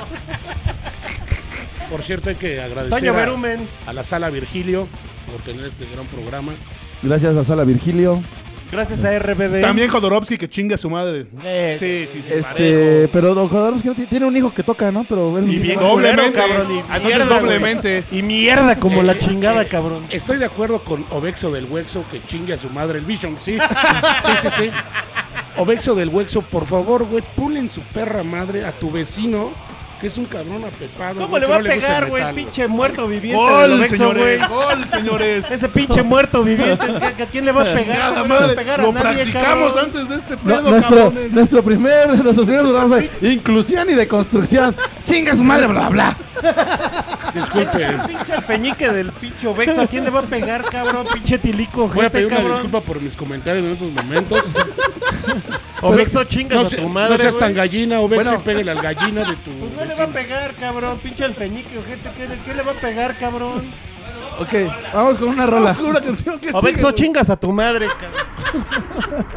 Por cierto, hay que agradecer Toño a, Berumen. a la sala Virgilio por tener este gran programa. Gracias a Sala Virgilio. Gracias a RBD. También Jodorowsky que chinga a su madre. Eh, Sí, sí, sí. Este, pero Don Jodorowsky no tiene- tiene un hijo que toca, ¿no? Pero él- Y bien Doblemente. culero, cabrón. Y Entonces, mierda, güey. doblemente. Y mierda como Eh, la chingada, eh, cabrón. Estoy de acuerdo con Obexo del Huexo que chingue a su madre el Vision, sí. Sí, sí, sí. Obexo del Huexo, por favor, güey, pulen su perra madre a tu vecino, que es un cabrón apepado. ¿Cómo güey, le que va a no gusta pegar, el güey? metal, Pinche muerto viviente. del Gol, Obexo, güey. señores. Gol, señores. Ese pinche muerto viviente, ¿a quién le vas a pegar? Chingada ¿Cómo le vas a madre. pegar a Lo nadie, practicamos cabrón? antes de este No, pedo, nuestro, cabrones. nuestro primer, nuestros primeros programas fue inclusión y de construcción. Chinga su madre, bla, bla. Disculpe. Ese pinche alfeñique del pinche obeso, ¿a quién le va a pegar, cabrón? Pinche tilico, Voy a gente, pedir una este cabrón. disculpa por mis comentarios en estos momentos. Obexo, chingas No, a se- tu no madre, seas güey. tan gallina, Obexo, Bueno. y pégale al gallina de tu. Pues no le va a vecino. pegar, cabrón. Pinche alfeñique, gente, ¿qué le, qué le va a pegar, cabrón? Ok, vamos con una rola. Una canción que Obexo, chingas a tu madre, cabrón.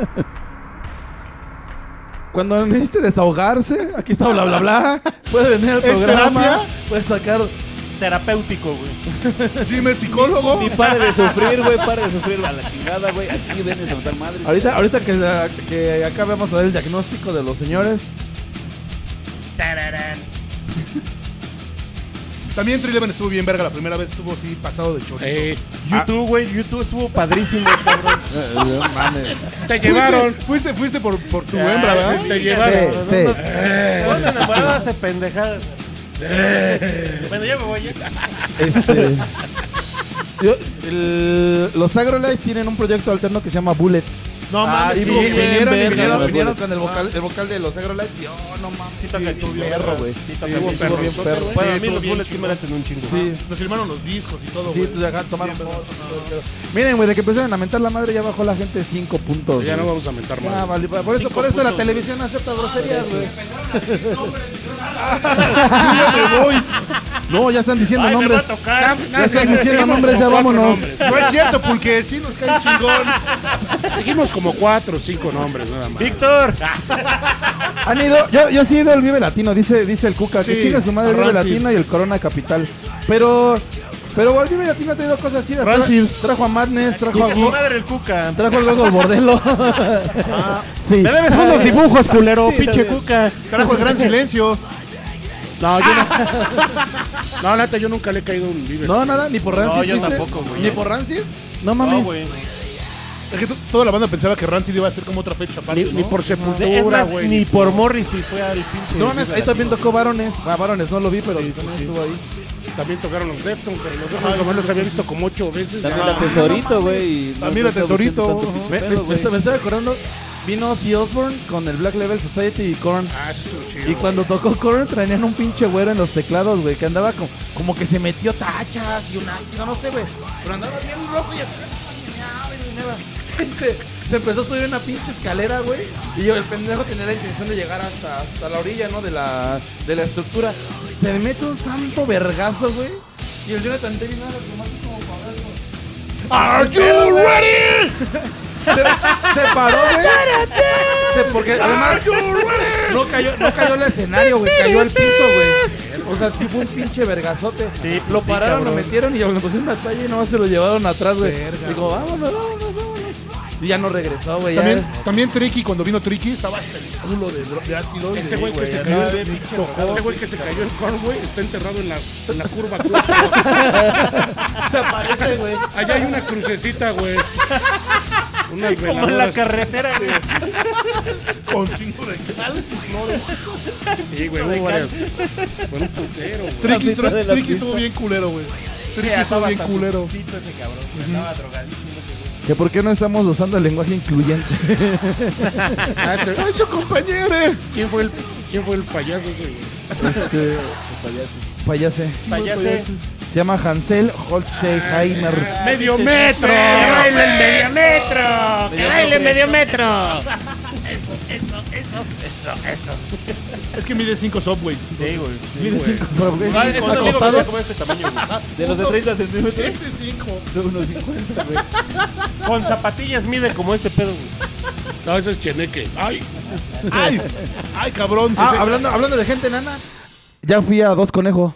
Cuando necesite desahogarse, aquí está bla bla bla. Puede venir al programa, puede sacar. Terapéutico, güey. Jim es psicólogo. Y pare de sufrir, güey, pare de sufrir a la chingada, güey. Aquí ven a matar madre. Ahorita, ahorita que, la- que acá vamos a dar el diagnóstico de los señores. Tararán. También True Eleven estuvo bien verga la primera vez, estuvo así pasado de chorizo. Eh, YouTube, güey, YouTube estuvo padrísimo, cabrón. Eh, No mames. Te Fuiste- llevaron. Fuiste, fuiste por, por tu hembra, ¿verdad? Te llevaron. Sí, sí. Ponte enamoradas de pendejadas. bueno, ya me voy. ¿eh? Este, yo- el- los AgroLights tienen un proyecto alterno que se llama Bullets. No mames, Ah, y Ah, sí, vi- bien, vinieron, verga, y vinieron, güey. vinieron con el vocal, el vocal de los AgroLights y oh, no mames. Sí, toca el chubio, perro, ¿verdad? güey. Sí, toca Estuvo el perro, chubio. bien perro. Bueno, a mí estuvo los bien bullets sí me chingón. laten un chingo. Sí. Nos firmaron los discos y todo, Sí, güey. pues acá tomaron Bien, pedo, no, todo el pedo. Miren, güey, de que empezaron a lamentar la madre ya bajó la gente 5 puntos. pues Ya no güey. vamos a mentar Ya, más. vale, por eso, por eso la televisión acepta groserías, güey. No, ya están diciendo Ay, me va nombres. a tocar. Ya están diciendo nombres, ya vámonos. No es cierto, porque sí nos cae chingón. Dijimos como cuatro o cinco nombres nada más. Víctor, Han ido, yo, yo sí he ido al Vive Latino, dice, dice el Cuca, que Sí, chinga su madre el Vive Rancid. Latino y el Corona Capital. Pero, pero al Vive Latino ha traído cosas chidas. Tra- Rancid. trajo a Madness, trajo a chinga su Go- madre el cuca. Ah. trajo al Gogo Bordelo. sí. Me debes unos dibujos, culero, pinche cuca. Trajo el gran silencio. No, yo no. No, neta, yo nunca le he caído a un vive. No, nada, ni por Rancid. No, yo ¿viste? tampoco, güey. Ni por Rancid. No mames. No, güey. Es que to- toda la banda pensaba que Rancid iba a ser como otra fecha aparte, Ni, ¿no? ni por Es sepultura, más, güey. ni por Morris y fue al pinche. No, mames, ahí también tocó Varones. Ah, Varones, no lo vi, pero también estuvo ahí. También tocaron los Deftones, pero los Deftones nomás los había visto como ocho veces. También Ya. la tesorito, güey. y También la nunca pusieron Tesorito, tanto ajá. pinche Me, pedo, me- güey. me estoy acordando, vino Ozzy Osbourne con el Black Level Society y Korn. Ah, eso estuvo chido. Y cuando tocó Korn traían un pinche güero en los teclados, güey, que andaba como, como que se metió tachas y una... No, no sé, güey, pero andaba bien rojo y acá, y meneaba. se, se empezó a subir una pinche escalera, güey, y yo, el pendejo tenía la intención de llegar hasta, hasta la orilla, ¿no? De la, de la estructura. Se mete un santo vergazo, güey, y el Jonathan Davis nada, nomás así como para ver, como- ¡Are you ready? se paró, güey. Se- porque además no cayó, no cayó el escenario, güey. Cayó al piso, güey. O sea, sí fue un pinche vergazote. Sí, lo pues sí, pararon, lo cabrón. metieron y le pusieron una talla y no se lo llevaron atrás, güey. Digo, vámonos, vámonos, vámonos. Y ya no regresó, güey. ya. También, también Tricky, cuando vino Tricky, estaba hasta el culo de, dro- de ácido. y Ese de- güey que se acá, cayó, de- en- tocó. ese güey que se cayó en Corn, güey, está enterrado en la, en la curva cuatro. se aparece, güey. Allá hay una crucecita, güey. Unas Como en la veladoras. carretera, güey. Con chingo de cal. Sí, güey, hubo varias. Fue un putero, güey. Tricky, mitad de la Tricky pista. estuvo bien culero, güey. Tricky estuvo bien culero. Pito ese cabrón. güey, Estaba drogadísimo. ese güey. Que por qué no estamos usando el lenguaje incluyente. Ah, ese- ¡Ay, yo compañero! ¿Quién fue el, quién fue el payaso ese, güey? Este, payase. Payase. Se llama Hansel Holtzheimer. ¡Medio metro! ¡Que baile el medio metro! ¡Que baile medio metro! Es que mide 5 subways. Sí, güey. Mide cinco, güey. Ah, eso lo digo porque Acostados. sea como este tamaño, güey. De los de 30 centímetros. Con zapatillas mide como este pedo, güey. No, eso es Cheneque. ¡Ay! ¡Ay! ¡Ay, cabrón! Ah, hablando, hablando de gente nana, ya fui a Dos Conejo.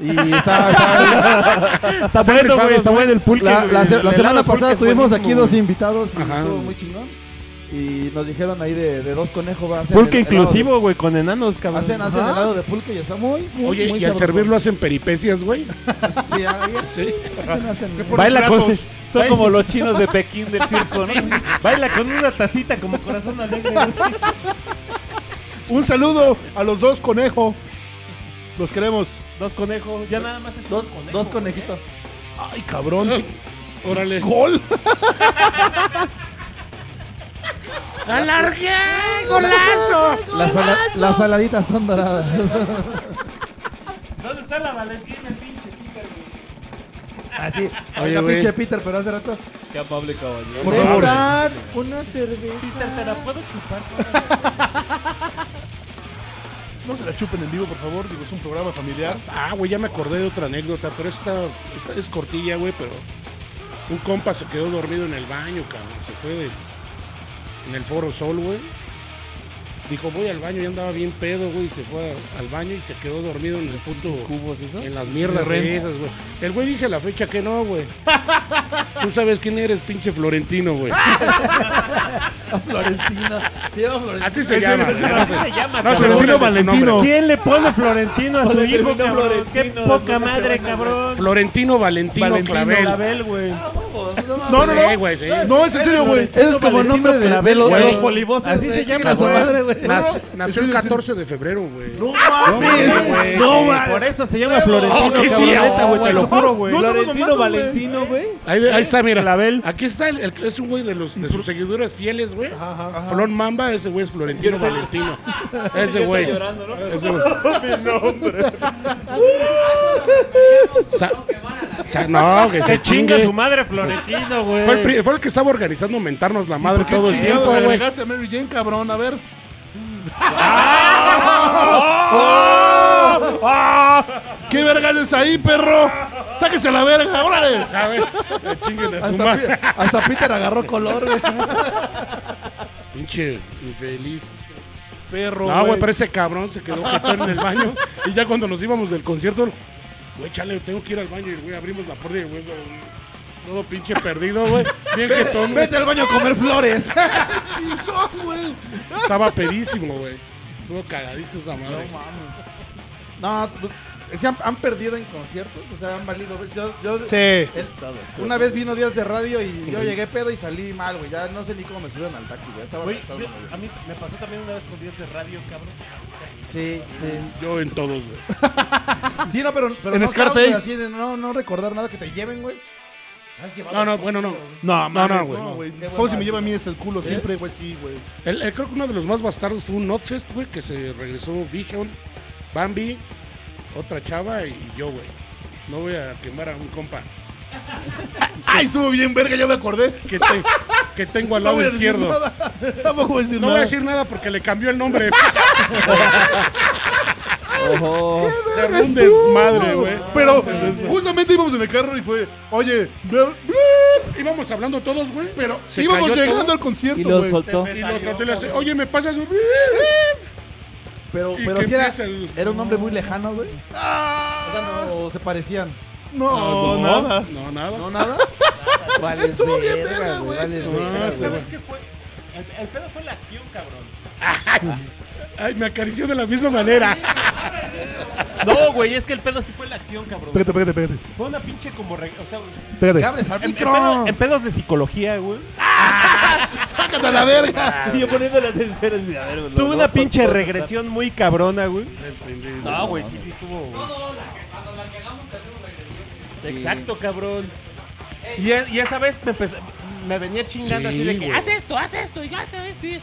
Y está, está- Está bueno, güey. Está bueno el pulque. la, güey. la se- la El helado semana de pulque pasada es estuvimos buenísimo, aquí güey. dos invitados y Ajá. estuvo muy chingón. Y nos dijeron ahí de, de Dos Conejo va a hacer Pulque el- helado inclusivo, güey, con enanos, de- cabrón. hacen, hacen Ajá. helado de pulque y está muy, muy Oye, muy y al sabroso. servirlo hacen peripecias, güey. Sí, ahí- Sí. hacen- hacen- Baila con. Son Ay. como los chinos de Pekín del circo, ¿no? Baila con una tacita como corazón alegre. güey. Un saludo a los dos conejo. Los queremos. Dos conejos. Ya nada más es dos, dos conejitos. Ay, cabrón. Ah, Órale. Gol. ¡Alargue! ¡Golazo! Las, sala- las saladitas son doradas. ¿Dónde está la Valentina, el pinche Peter, güey? Así. Oye, Oiga, güey. pinche Peter, pero hace rato. Qué amable caballero. Por favor. favor. Una cerveza. Peter, ¿te la puedo chupar? No se la chupen en vivo, por favor. Digo, es un programa familiar. Ah, güey, ya me acordé de otra anécdota, pero esta, esta es cortilla, güey, pero un compa se quedó dormido en el baño, cabrón. Se fue de- en el Foro Sol, güey. Dijo, voy al baño, ya andaba bien pedo, güey, y se fue a- al baño y se quedó dormido en el puto... cubos, eso? En las mierdas esas, güey. El güey dice la fecha que no, güey. Tú sabes quién eres, pinche Florentino, güey. A Florentino. Se llama Florentino. Así se llama. Así güey. se llama, No, cabrón. Florentino Valentino. ¿Quién le pone Florentino a su Valentino hijo, cabrón? Qué Florentino, poca después de madre, ser- cabrón. Florentino Valentino, Valentino Clavel. Clavel, güey. No, no, no. Sí, güey, sí. No, es en serio, güey. Ese es como el nombre de, de los, Güey. de los poliboses, Así güey. se llama, Chinga su güey. madre, güey. Nació- Nació el 14 de febrero, güey. No mames, güey, güey. güey, No sí. mames. Por eso se llama Florentino, Oh, que sí, cabrón. neta, oh, güey, te güey. lo juro, güey. Florentino Valentino, güey. Ahí, ahí está, mira. Clavel. Aquí está, el, el- es un güey de, los, de sus seguidores fieles, güey. Flor Mamba, ese güey es Florentino Valentino. Ese güey. Ese güey. Sa- sa- no, que se Se chinga chingue. su madre Florentino, güey. Fue el, pri- fue el que estaba organizando mentarnos la madre todo el Chingados, tiempo, güey. agregaste a Mary Jane, cabrón, a ver. ¿Qué vergas es ahí, perro? ¡Sáquese la verga, órale! A ver, que chinguen a su Hasta, madre. Pi- hasta Peter agarró color, güey. Pinche infeliz. Perro. No, güey, pero ese cabrón se quedó jetón en el baño. Y ya cuando nos íbamos del concierto, güey, chale, tengo que ir al baño. Y, güey, abrimos la puerta y, güey, güey, todo pinche perdido, güey. Bien que tomé. Vete al baño a comer flores. Estaba pedísimo, güey. Estuvo cagadísimo esa madre. No, pues, ¿se han, han perdido en conciertos? O sea, han valido. Yo, yo, Sí. el- una vez vino días de radio y yo llegué pedo y salí mal, güey. Ya no sé ni cómo me subieron al taxi, güey. Estaba Güey, estaba yo- mal, a mí me pasó también una vez con 10 de radio, cabrón. güey. Sí, sí. Yo en todos, güey. Sí, no, pero, pero En no, Scarface. claro, güey, así de no, no recordar nada que te lleven, güey. Has llevado- No, no, bueno, no. No, mames, no, no, güey, güey. no. Solo si me lleva a mí hasta el culo siempre, güey, sí, güey. El, el- creo que uno de los más bastardos fue un Notfest, güey, que se regresó Vision, Bambi, otra chava y yo, güey. No voy a quemar a un compa ¡Ay, estuvo bien, verga! Ya me acordé. que, te- que tengo al No lado voy a decir izquierdo. nada. Tampoco voy a decir No voy a nada. decir nada porque le cambió el nombre. Ojo. Se armó un desmadre, güey. Pero justamente íbamos en el carro y fue, oye, ver- Íbamos hablando todos, güey. pero Se íbamos cayó llegando todo. al concierto, Y lo güey. soltó. Y los hoteles, oye, me pasas. un- Pero, Y pero que sí era, empieza el- era un hombre muy lejano, güey. O sea, no se parecían. No, nada. No, nada. ¿No nada? Vale, Estuvo bien verga, güey. vales No, verga, se- güey. qué fue? El, el pedo fue la acción, cabrón. Ay, me acarició de la misma manera. No, güey, es que el pedo sí fue la acción, cabrón. Espérate, espérate, espérate. Fue una pinche como. re- o sea, ¿Qué espérate. abres al en, en micro? pedo- en pedos de psicología, güey. ¡Sácate a la verga! Y yo poniendo la atención así, a ver, Tuve una pinche regresión muy cabrona, güey. No, güey, sí, sí estuvo. Exacto, cabrón. Y, e- y esa vez me, empecé- me venía chingando así de que. "Haz esto". esto, haz esto, y yo hago esto. y-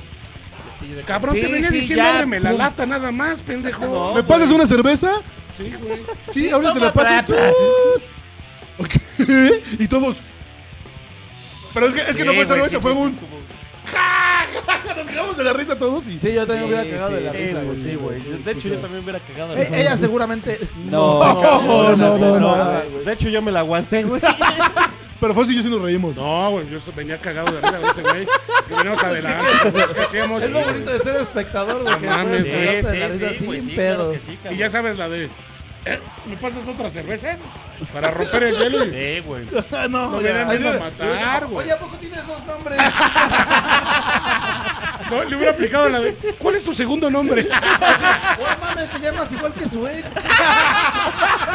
Así de que, Cabrón, te "Sí, venía sí, diciendo, ya". ábreme la lata nada más, pendejo. No. ¿Me pasas una cerveza? Sí, güey. Sí, ahorita te la toma, paso. papá. Ok. Y todos. Pero es que, es que no Sí, fue solo güey, eso, sí, fue sí, un. sí, estuvo- Nos cagamos de la risa todos y. Sí, yo también hubiera cagado de la Sí, risa, güey, güey. sí, güey. De hecho, yo también hubiera cagado. Eh, Ella seguramente No, No, no, no, no. De hecho, yo me la aguanté, güey. Pero fue así, yo sí nos reímos. No, güey, yo venía cagado de risa, güey, ese güey. Que veníamos adelante. güey, ¿Qué hacíamos? Es lo bonito de ser espectador, güey. que mames, puedes cagarte de la risa sin claro pedos. que sí, cabrón. Y ya sabes la de. "Eh, ¿Me pasas otra cerveza? Para romper el hielo. y- Sí, güey. No, me hubieran ido a matar, güey. Oye, ¿a poco tienes dos nombres? No, le hubiera aplicado la de. ¿Cuál es tu segundo nombre? ¡Oh, mames, te llamas igual que su ex!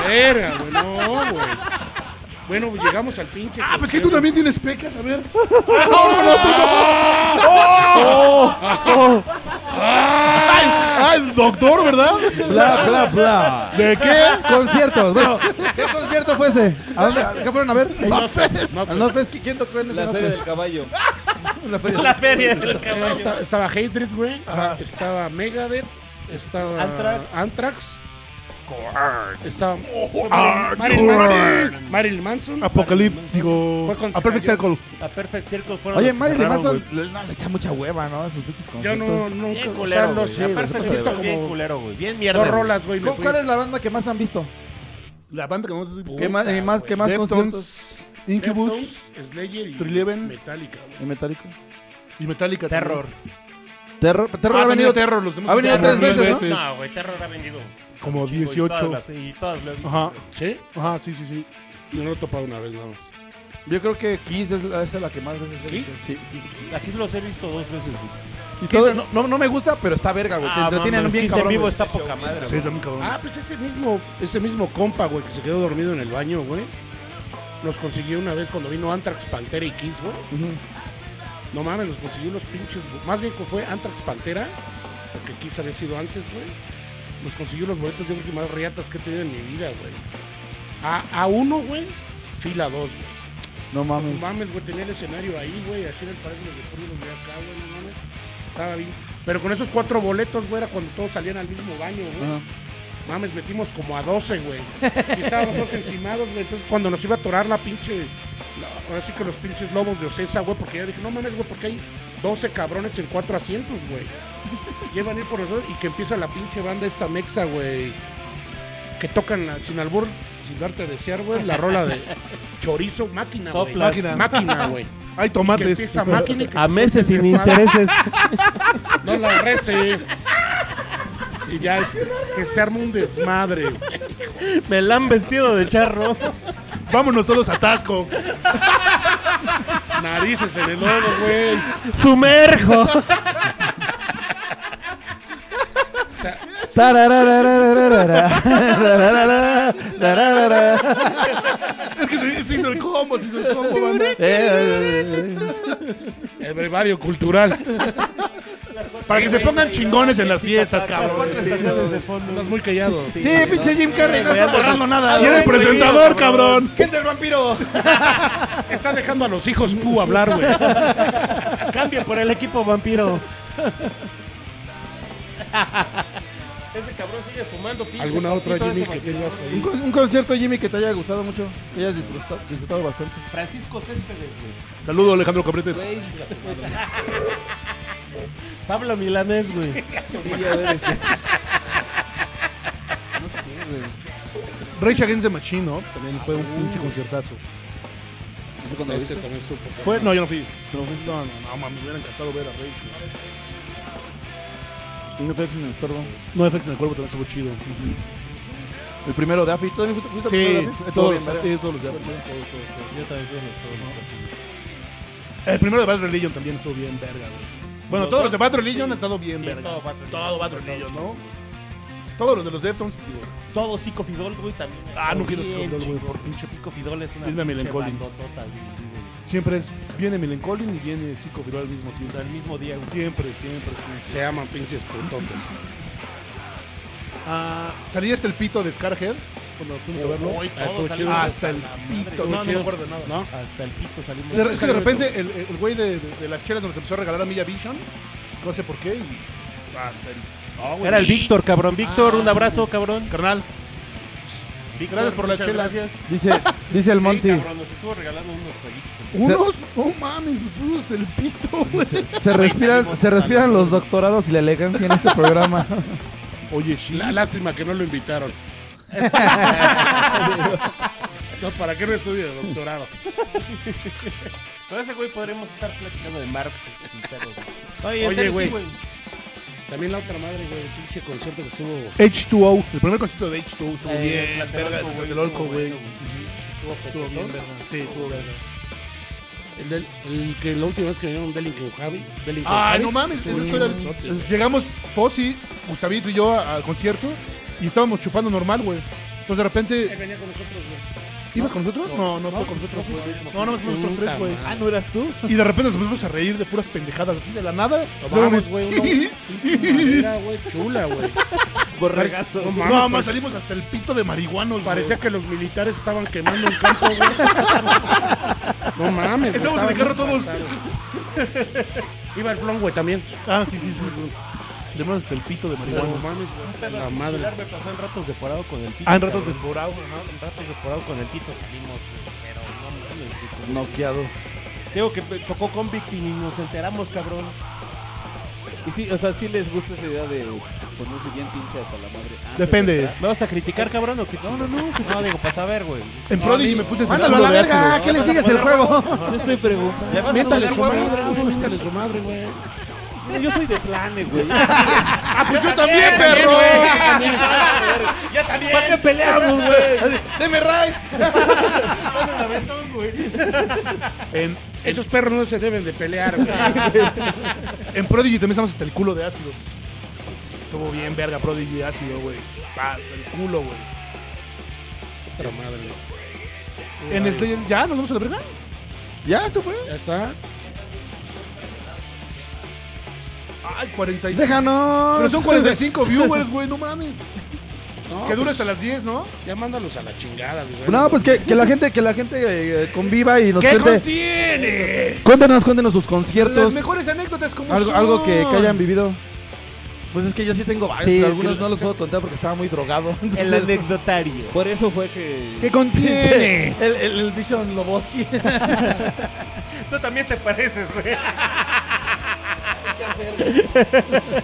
Verga, güey, no, güey. Bueno, pues llegamos al pinche. Ah, pues que tú también tienes pecas, a ver. ¡Ay, doctor, ¿verdad? Bla, bla, bla. ¿De qué? Conciertos. Bueno, ¿qué concierto fue ese? ¿A dónde? ¿A ¿Qué fueron a ver? No No sé. ¿Quién tocó en ese La No feria del sé. caballo. La feria. La feria del Eh, caballo. esta- estaba Hatred, güey. Estaba Megadeth. Estaba Anthrax. Anthrax. Estaba Oh, Korn. Marilyn Manson. Marilyn Manson. Apocalíptico. Fue con- A Perfect Circle. A Perfect Circle fueron Oye, los que Marilyn cerraron, Manson güey. le, no, le echa mucha hueva, ¿no? A Sus pinches Yo conciertos. no, nunca. Bien o sea, culero, no güey. sé. A güey, Perfect sí está Circle, bien como culero, güey. Bien mierda. dos güey. rolas, güey. me ¿Cu- fui. ¿Cuál es la banda que más han visto? La banda que más es. ¿Qué más, y más, ¿qué más conciertos? Deftones, Incubus Deftones, Slayer y Treleaven. Metallica, güey. ¿Y Metallica? y Metallica. Terror. Terror, terror Ah, ha también venido. Terror, los hemos ha venido visto tres mil veces, ¿no? No, güey, Terror ha vendido. Como chingo, Y todas 18. las- y todas lo he visto. Ajá. ¿Sí? Ajá, sí, sí, sí. Yo no lo he topado una vez nada más. Yo creo que Kiss es la, esa es la que más veces he visto. Sí. Aquí los he visto dos veces, güey. Ah, Y todo- no, no, no me gusta, pero está verga, güey. Te entretienen bien cabrón. güey. madre, Sí, está bien cabrón. Ah, pues ese mismo, ese mismo compa, güey, que se quedó dormido en el baño, güey. Nos consiguió una vez cuando vino Anthrax, Pantera y Kiss, güey. Ujú. No mames, nos consiguió unos pinches. bo- Más bien fue Anthrax Pantera, porque Kiss había sido antes, güey. Nos consiguió los boletos, yo creo que más riatas que he tenido en mi vida, güey. A, a uno, güey, fila dos, güey. No No mames. mames, güey, tenía el escenario ahí, güey, así en el Palacio de Deportes, güey, acá, güey, no mames. Estaba bien. Pero con esos cuatro boletos, güey, era cuando todos salían al mismo baño, güey. Ajá. Mames, metimos como a 12, güey. Y estábamos todos encimados, güey. Entonces, cuando nos iba a atorar la pinche. la- ahora sí que los pinches lobos de Ocesa, güey, porque ya dije, no mames, güey, porque hay 12 cabrones en cuatro asientos, güey. Y ahí van a ir por nosotros y que empieza la pinche banda esta mexa, güey. Que tocan la- sin albur, sin darte a desear, güey, la rola de chorizo, máquina, güey. Soplas. Máquina, máquina, güey. Hay Que tomates. empieza máquina y que A se meses sin suelta el desmadre. intereses. No la rece. Y ya, este, que se arma un desmadre. Me la han vestido de charro. Vámonos todos a Tasco. Narices en el lodo, güey. Sumerjo. O sea, Es que se, se hizo el combo, se hizo el combo, banda. Eh, el brevario cultural. Para que se pongan chingones en las fiestas, cabrón. Estás muy callado. Sí, pinche Jim Carrey no está borrando nada. Y eres presentador, cabrón. ¿Quién del vampiro? Está dejando a los hijos pu hablar, güey. Cambia por el equipo vampiro. Ese cabrón sigue fumando pinche ¿Alguna otra, papito Jimmy, ese que vampiro. tengas Un, ahí? con- un concierto, Jimmy, que te haya gustado mucho. Que hayas disfruta- disfrutado bastante. Francisco Céspedes, güey. Saludo, Alejandro Cabrete. Pablo Milanés, güey. Sí, a ver, este. No sé, güey. Rage Against the Machine, ¿no? También fue un pinche conciertazo. No sé cuándo lo Ese viste. también estuvo. Fue, no, yo no fui. No, no, no, mami, me hubiera encantado ver a Rage. güey. Un FX en el cuervo. No, FX en el cuerpo también estuvo chido. El primero de Afi. ¿Tú también fuiste- fuiste al primero de Sí, Afi? Eh, todos, bien, ¿verdad? sí, todos los de Yo también El primero de Bad Religion también estuvo bien verga, güey. Bueno, todos los de Bad Religion han estado bien verga. Todo Bad Religion, ¿no? Todos los de los Deftones, digo. Todo Zico Fidol, güey, también. Ah, no quiero Bien Zico Fidol, güey, chingón. por pinche- Zico Fidol es una Isma pinche Melancolin. bandotota, güey. Siempre es, viene Melancolin y viene Zico Fidel al mismo tiempo. Al mismo día, güey. Siempre, siempre, sí. Se llaman pinches putotes. Ah, salía hasta el pito de Scarhead cuando fuimos a verlo. Hoy Ah, estuvo todos chido. salimos Hasta el pito, Estuvo no, no me chido. acuerdo de nada. ¿No? Hasta el pito salimos. De, es que de repente el, el- el güey de, de, de las chelas nos empezó a regalar a Milla Vision, no sé por qué, y hasta el... No, güey. Era el Víctor, cabrón. Víctor, un abrazo, cabrón. Carnal, Víctor, Ah, gracias por las muchas chelas. gracias. Dice, dice el Sí, Monty. cabrón, nos estuvo regalando unos toallitos. unos, no mames, unos del pito, güey. Se respiran, se respiran los doctorados y la elegancia en este programa. Oye, sí. La- lástima que no lo invitaron. no, ¿para qué no estudio de doctorado? Con ese güey podremos estar platicando de Marx. y pedos, güey. Oye, serio, sí, güey. También la otra madre, güey, el pinche concierto que estuvo. H2O, el primer concierto de H2O estuvo Eh, bien, Tlatelolco, verga, güey, Tlatelolco, estuvo güey. bueno, Estuvo Estuvo bien, pestoso. verga. Sí, estuvo verga. El, del- el que la última vez que vinieron Delinquent Javi. Delinquent Ay, Ah, Javits, no mames, estuvo esa bien historia. pesote, güey. Llegamos Fossi, Gustavito y yo a- al concierto y estábamos chupando normal, güey. Entonces de repente. Él venía con nosotros, güey. ¿Ibas con nosotros? No, no, fue con nosotros. güey. No, no, fuimos nosotros Puta tres, güey. madre. Ah, ¿No eras tú? Y de repente nos pusimos a reír de puras pendejadas así de la nada. No Estábamos- mames, güey, una pinche madera, güey, chula, güey. Borregazo. No mames, pues. No, más pare- salimos hasta el pito de marihuanos. parecía que. que los militares estaban quemando un campo, güey. No mames. güey, Estamos en el estaban carro todos. Iba el flon, güey, también. Ah, sí, sí, sí. Salimos hasta el pito de No marihuanos. mames, güey. La madre. Me pasó en ratos de porado con el pito. Ah, en ratos de cabrón. porado, ajá. En ratos de porado con el pito salimos, güey, pero no mames, güey. Noqueados. Tengo que pe- tocó Convict y ni nos enteramos, cabrón. Y sí, o sea, sí les gusta esa idea de ponerse bien pinche hasta la madre. Ah, antes de Depende. entrar. ¿Me vas a criticar, cabrón, o qué? No, no, no. No, digo, para saber, güey. En Prodigy me puse Mándalo a la verga. verga, ¿qué le sigues el juego? Yo estoy preguntando. Le vas a Métale regalar su huevo, madre, güey. Métale su madre, güey. No, yo soy de plane, güey. Ah, pues yo también, perro. Ya también. ¿Para qué peleamos, güey? ¡Deme ray! En, Esos perros no se deben de pelear, güey. en Prodigy también estamos hasta el culo de ácidos. Estuvo bien, verga, Prodigy ácido, güey. Hasta el culo, güey. Otra madre, güey. En Slayer, ¿ya nos vamos a la verga? ¿Ya se fue? Ya está. Ay, 45. ¡Déjanos! Pero son 45 viewers, güey, no mames. que dura pues. hasta las 10, ¿no? Pues, Ya mándalos a la chingada, güey. No, pues que, que la gente, que la gente eh, conviva y nos ¿Qué cuente. contiene? Cuéntenos, cuéntenos sus Las conciertos. mejores anécdotas como Algo, son. algo que, que hayan vivido. Pues es que yo sí tengo varios, Sí, pero que- algunos no los puedo contar porque estaba muy drogado. El anecdotario. Por eso fue que. ¿Qué contiene? El, el, el Vision Loboski. Tú también te pareces, güey.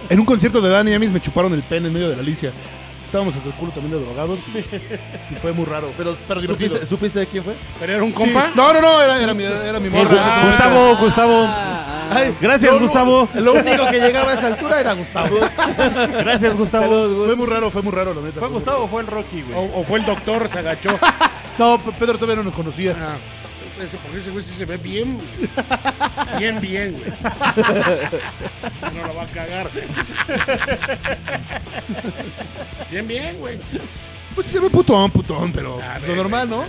En un concierto de Dani y Amis me chuparon el pene en medio de la Alicia. Estábamos hasta el culo también de drogados y, y fue muy raro. Pero, pero divertido. ¿Supiste, supiste de quién fue? ¿Pero era un compa? Sí. No, no, no, era, era mi, era mi morra. Gu- Oh, Gustavo, Gustavo. Ah, Ay, Gracias, Gustavo. Lo único que llegaba a esa altura era Gustavo. Gracias, Gustavo. Fue muy raro, fue muy raro, la neta. ¿Fue muy Gustavo o fue el Rocky, güey? O, o fue el doctor, se agachó. raro. No, P- Pedro todavía no nos conocía. Ah, ese, porque ese güey sí se ve bien. güey. Bien, bien, güey. No lo va a cagar. Bien, bien, güey. Pues se ve putón, putón, pero A ver, lo normal, ¿no?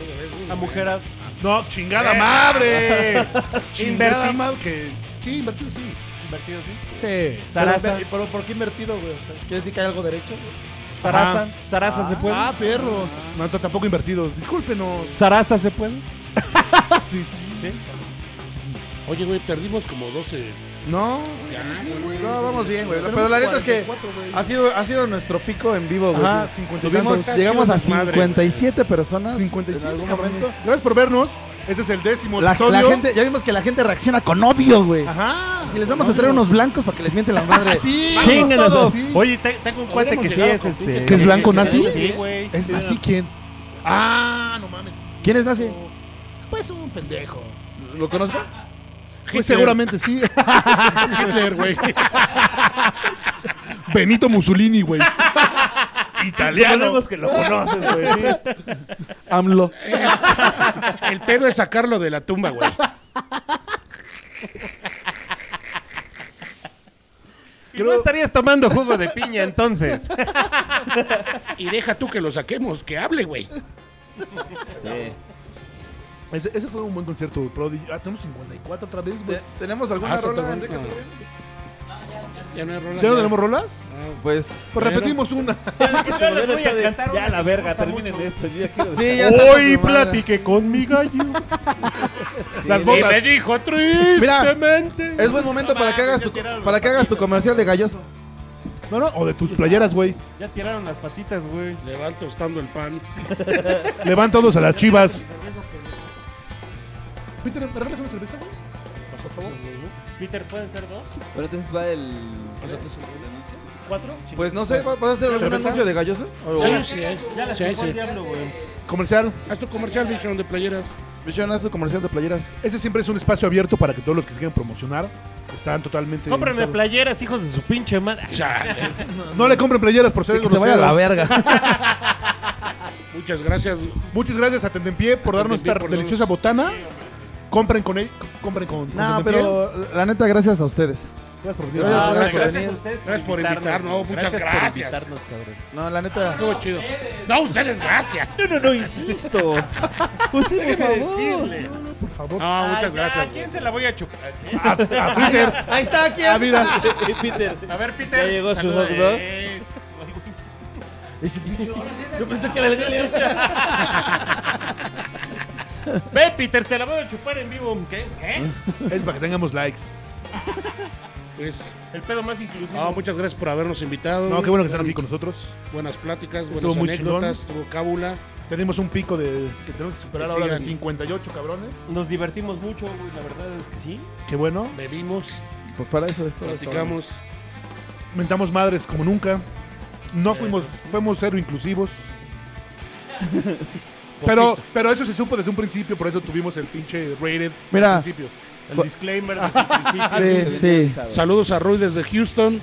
La mujer a- No, chingada madre. chingada Invertí. madre. Que... Sí, invertido, sí. invertido, sí. Sí. Sarasa. ¿Pero por qué invertido, güey? ¿Quieres decir que hay algo derecho? Sarasa. Sarasa se puede. Ah, perro. No, t- tampoco invertido. Discúlpenos. Sarasa se puede. Oye, güey, perdimos como 12. No. Ya, No, vamos bien, güey. Pero la neta es que ha sido, ha sido nuestro pico en vivo, güey. Ajá, 55. Tuvimos- Está llegamos chido a desmadre, 57 personas 57, en algún cabrones. momento. Gracias por vernos. Este es el décimo La, episodio. la gente, ya vimos que la gente reacciona con odio, güey. Ah, Ajá. Y les vamos a traer unos blancos para que les mienten la madre. Sí. Chinganos. todos. Oye, te- tengo un cuate que sí es este. ¿Que es blanco nazi? Sí, güey. ¿Es así quién? Ah, no mames. ¿Quién es nazi? Pues un pendejo. ¿Lo conozco? Pues seguramente sí. Hitler, güey. Benito Mussolini, güey. Italiano. Sabemos que lo conoces, güey. sí. AMLO. El pedo es sacarlo de la tumba, güey. Y no estarías tomando jugo de piña entonces. Y deja tú que lo saquemos, que hable, güey. Ese, ese fue un buen concierto de Prodigy. Ah, tenemos 54 otra vez, güey. ¿Tenemos alguna Ah, se rola, te fue. Enrique? Ya no hay rola. ¿Ya no tenemos rolas? Pues. Pues repetimos una. Yo les voy a cantar Ya la verga, terminen esto. Yo ya quiero Sí, ya está Hoy su madre. platiqué con mi gallo. Las botas. dijo tristemente. Es buen momento para que hagas tu, para que hagas tu comercial de galloso. No, no, o de tus playeras, güey. Ya tiraron las patitas, güey. Le van tostando el pan. Le van todos a las chivas. Peter, ¿me regalas una cerveza, güey? Por favor. Peter, ¿pueden ser dos? Pero entonces va el. ¿Cuatro? Pues no sé, ¿vas a hacer algún anuncio de galloso? O- Sí, sí, hay. Ya las sí, hay, chupó el sí. diablo, güey. Comercial. Haz tu comercial, Vision, de playeras. Michelle, haz tu comercial de playeras. Ese siempre es un espacio abierto para que todos los que se quieran promocionar están totalmente. Cómprenme invitados. playeras, hijos de su pinche madre. Chale. No le compren playeras por ser Que se vaya a grosero. la verga. Muchas gracias. Muchas gracias a Tendempié por darnos Tendempié esta por deliciosa botana. Compren con él, compren con, con No, Tendempié. pero la neta, gracias a ustedes. Gracias por venir. Gracias, No, gracias por gracias venir. a ustedes Gracias por invitarnos, no, muchas gracias. por invitarnos, cabrón. No, la neta. Estuvo chido. No, ustedes, gracias. No, no, no, insisto. Pues sí, por favor. Por favor. No, muchas ¿A gracias. quién se la voy a chupar? A, a Freezer. Ahí está, Ah, ¿quién? mira. Y Peter. A ver, Peter. Ya llegó su saluda. hot dog. Eh, Yo pensé que era el Ve, Peter, te la voy a chupar en vivo. ¿Qué? ¿Qué? Es para que tengamos likes. Pues, El pedo más inclusivo. no, muchas gracias por habernos invitado. No, qué bueno que están aquí con nosotros. Buenas pláticas, Estuvo buenas muy anécdotas, estuvo cábula. Tenemos un pico de que tenemos que superar Que ahora de sigan. 58 cabrones. Nos divertimos mucho, güey. La verdad es que sí. Qué bueno. Bebimos, Pues para eso esto. platicamos. Mentamos madres como nunca. No Eh. fuimos, fuimos cero inclusivos. pero, pero eso se supo desde un principio, por eso tuvimos el pinche rated Mira, al principio. El disclaimer desde el principio. Sí, sí. Saludos a Ruiz desde Houston.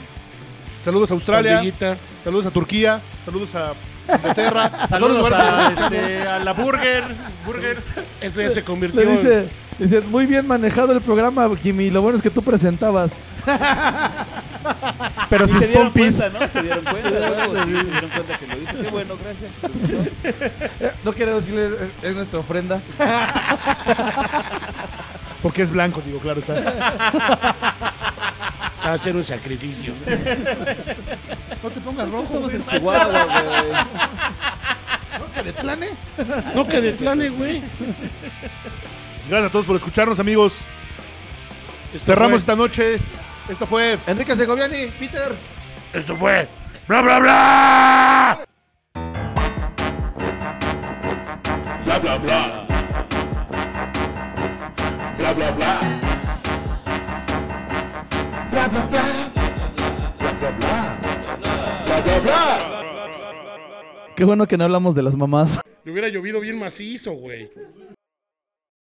Saludos a Australia. Pandillita. Saludos a Turquía. Saludos a Inglaterra. Saludos a, Barcelona. este, a la burger. Burgers. Esto ya se convirtió Le en... dice, dice, muy bien manejado el programa, Jimmy. Lo bueno es que tú presentabas. Pero Y sus se dieron pompis. cuenta, ¿no? Se dieron cuenta, huevo, sí, se dieron cuenta que lo hice. Qué bueno, gracias. No quiero decirle, es, es nuestra ofrenda. Porque es blanco, digo, claro está. Va a hacer un sacrificio. No te pongas rojo. Estamos güey. en Chihuahua, güey. No que deslane, güey. Gracias a todos por escucharnos, amigos. Esto Cerramos fue- esta noche. Esto fue. Enrique Segoviani, Peter. Esto fue. Bla, bla, bla. Bla bla bla. Bla bla bla. Bla bla bla. Bla bla bla. Bla bla bla. Qué bueno que no hablamos de las mamás. Le hubiera llovido bien macizo, güey.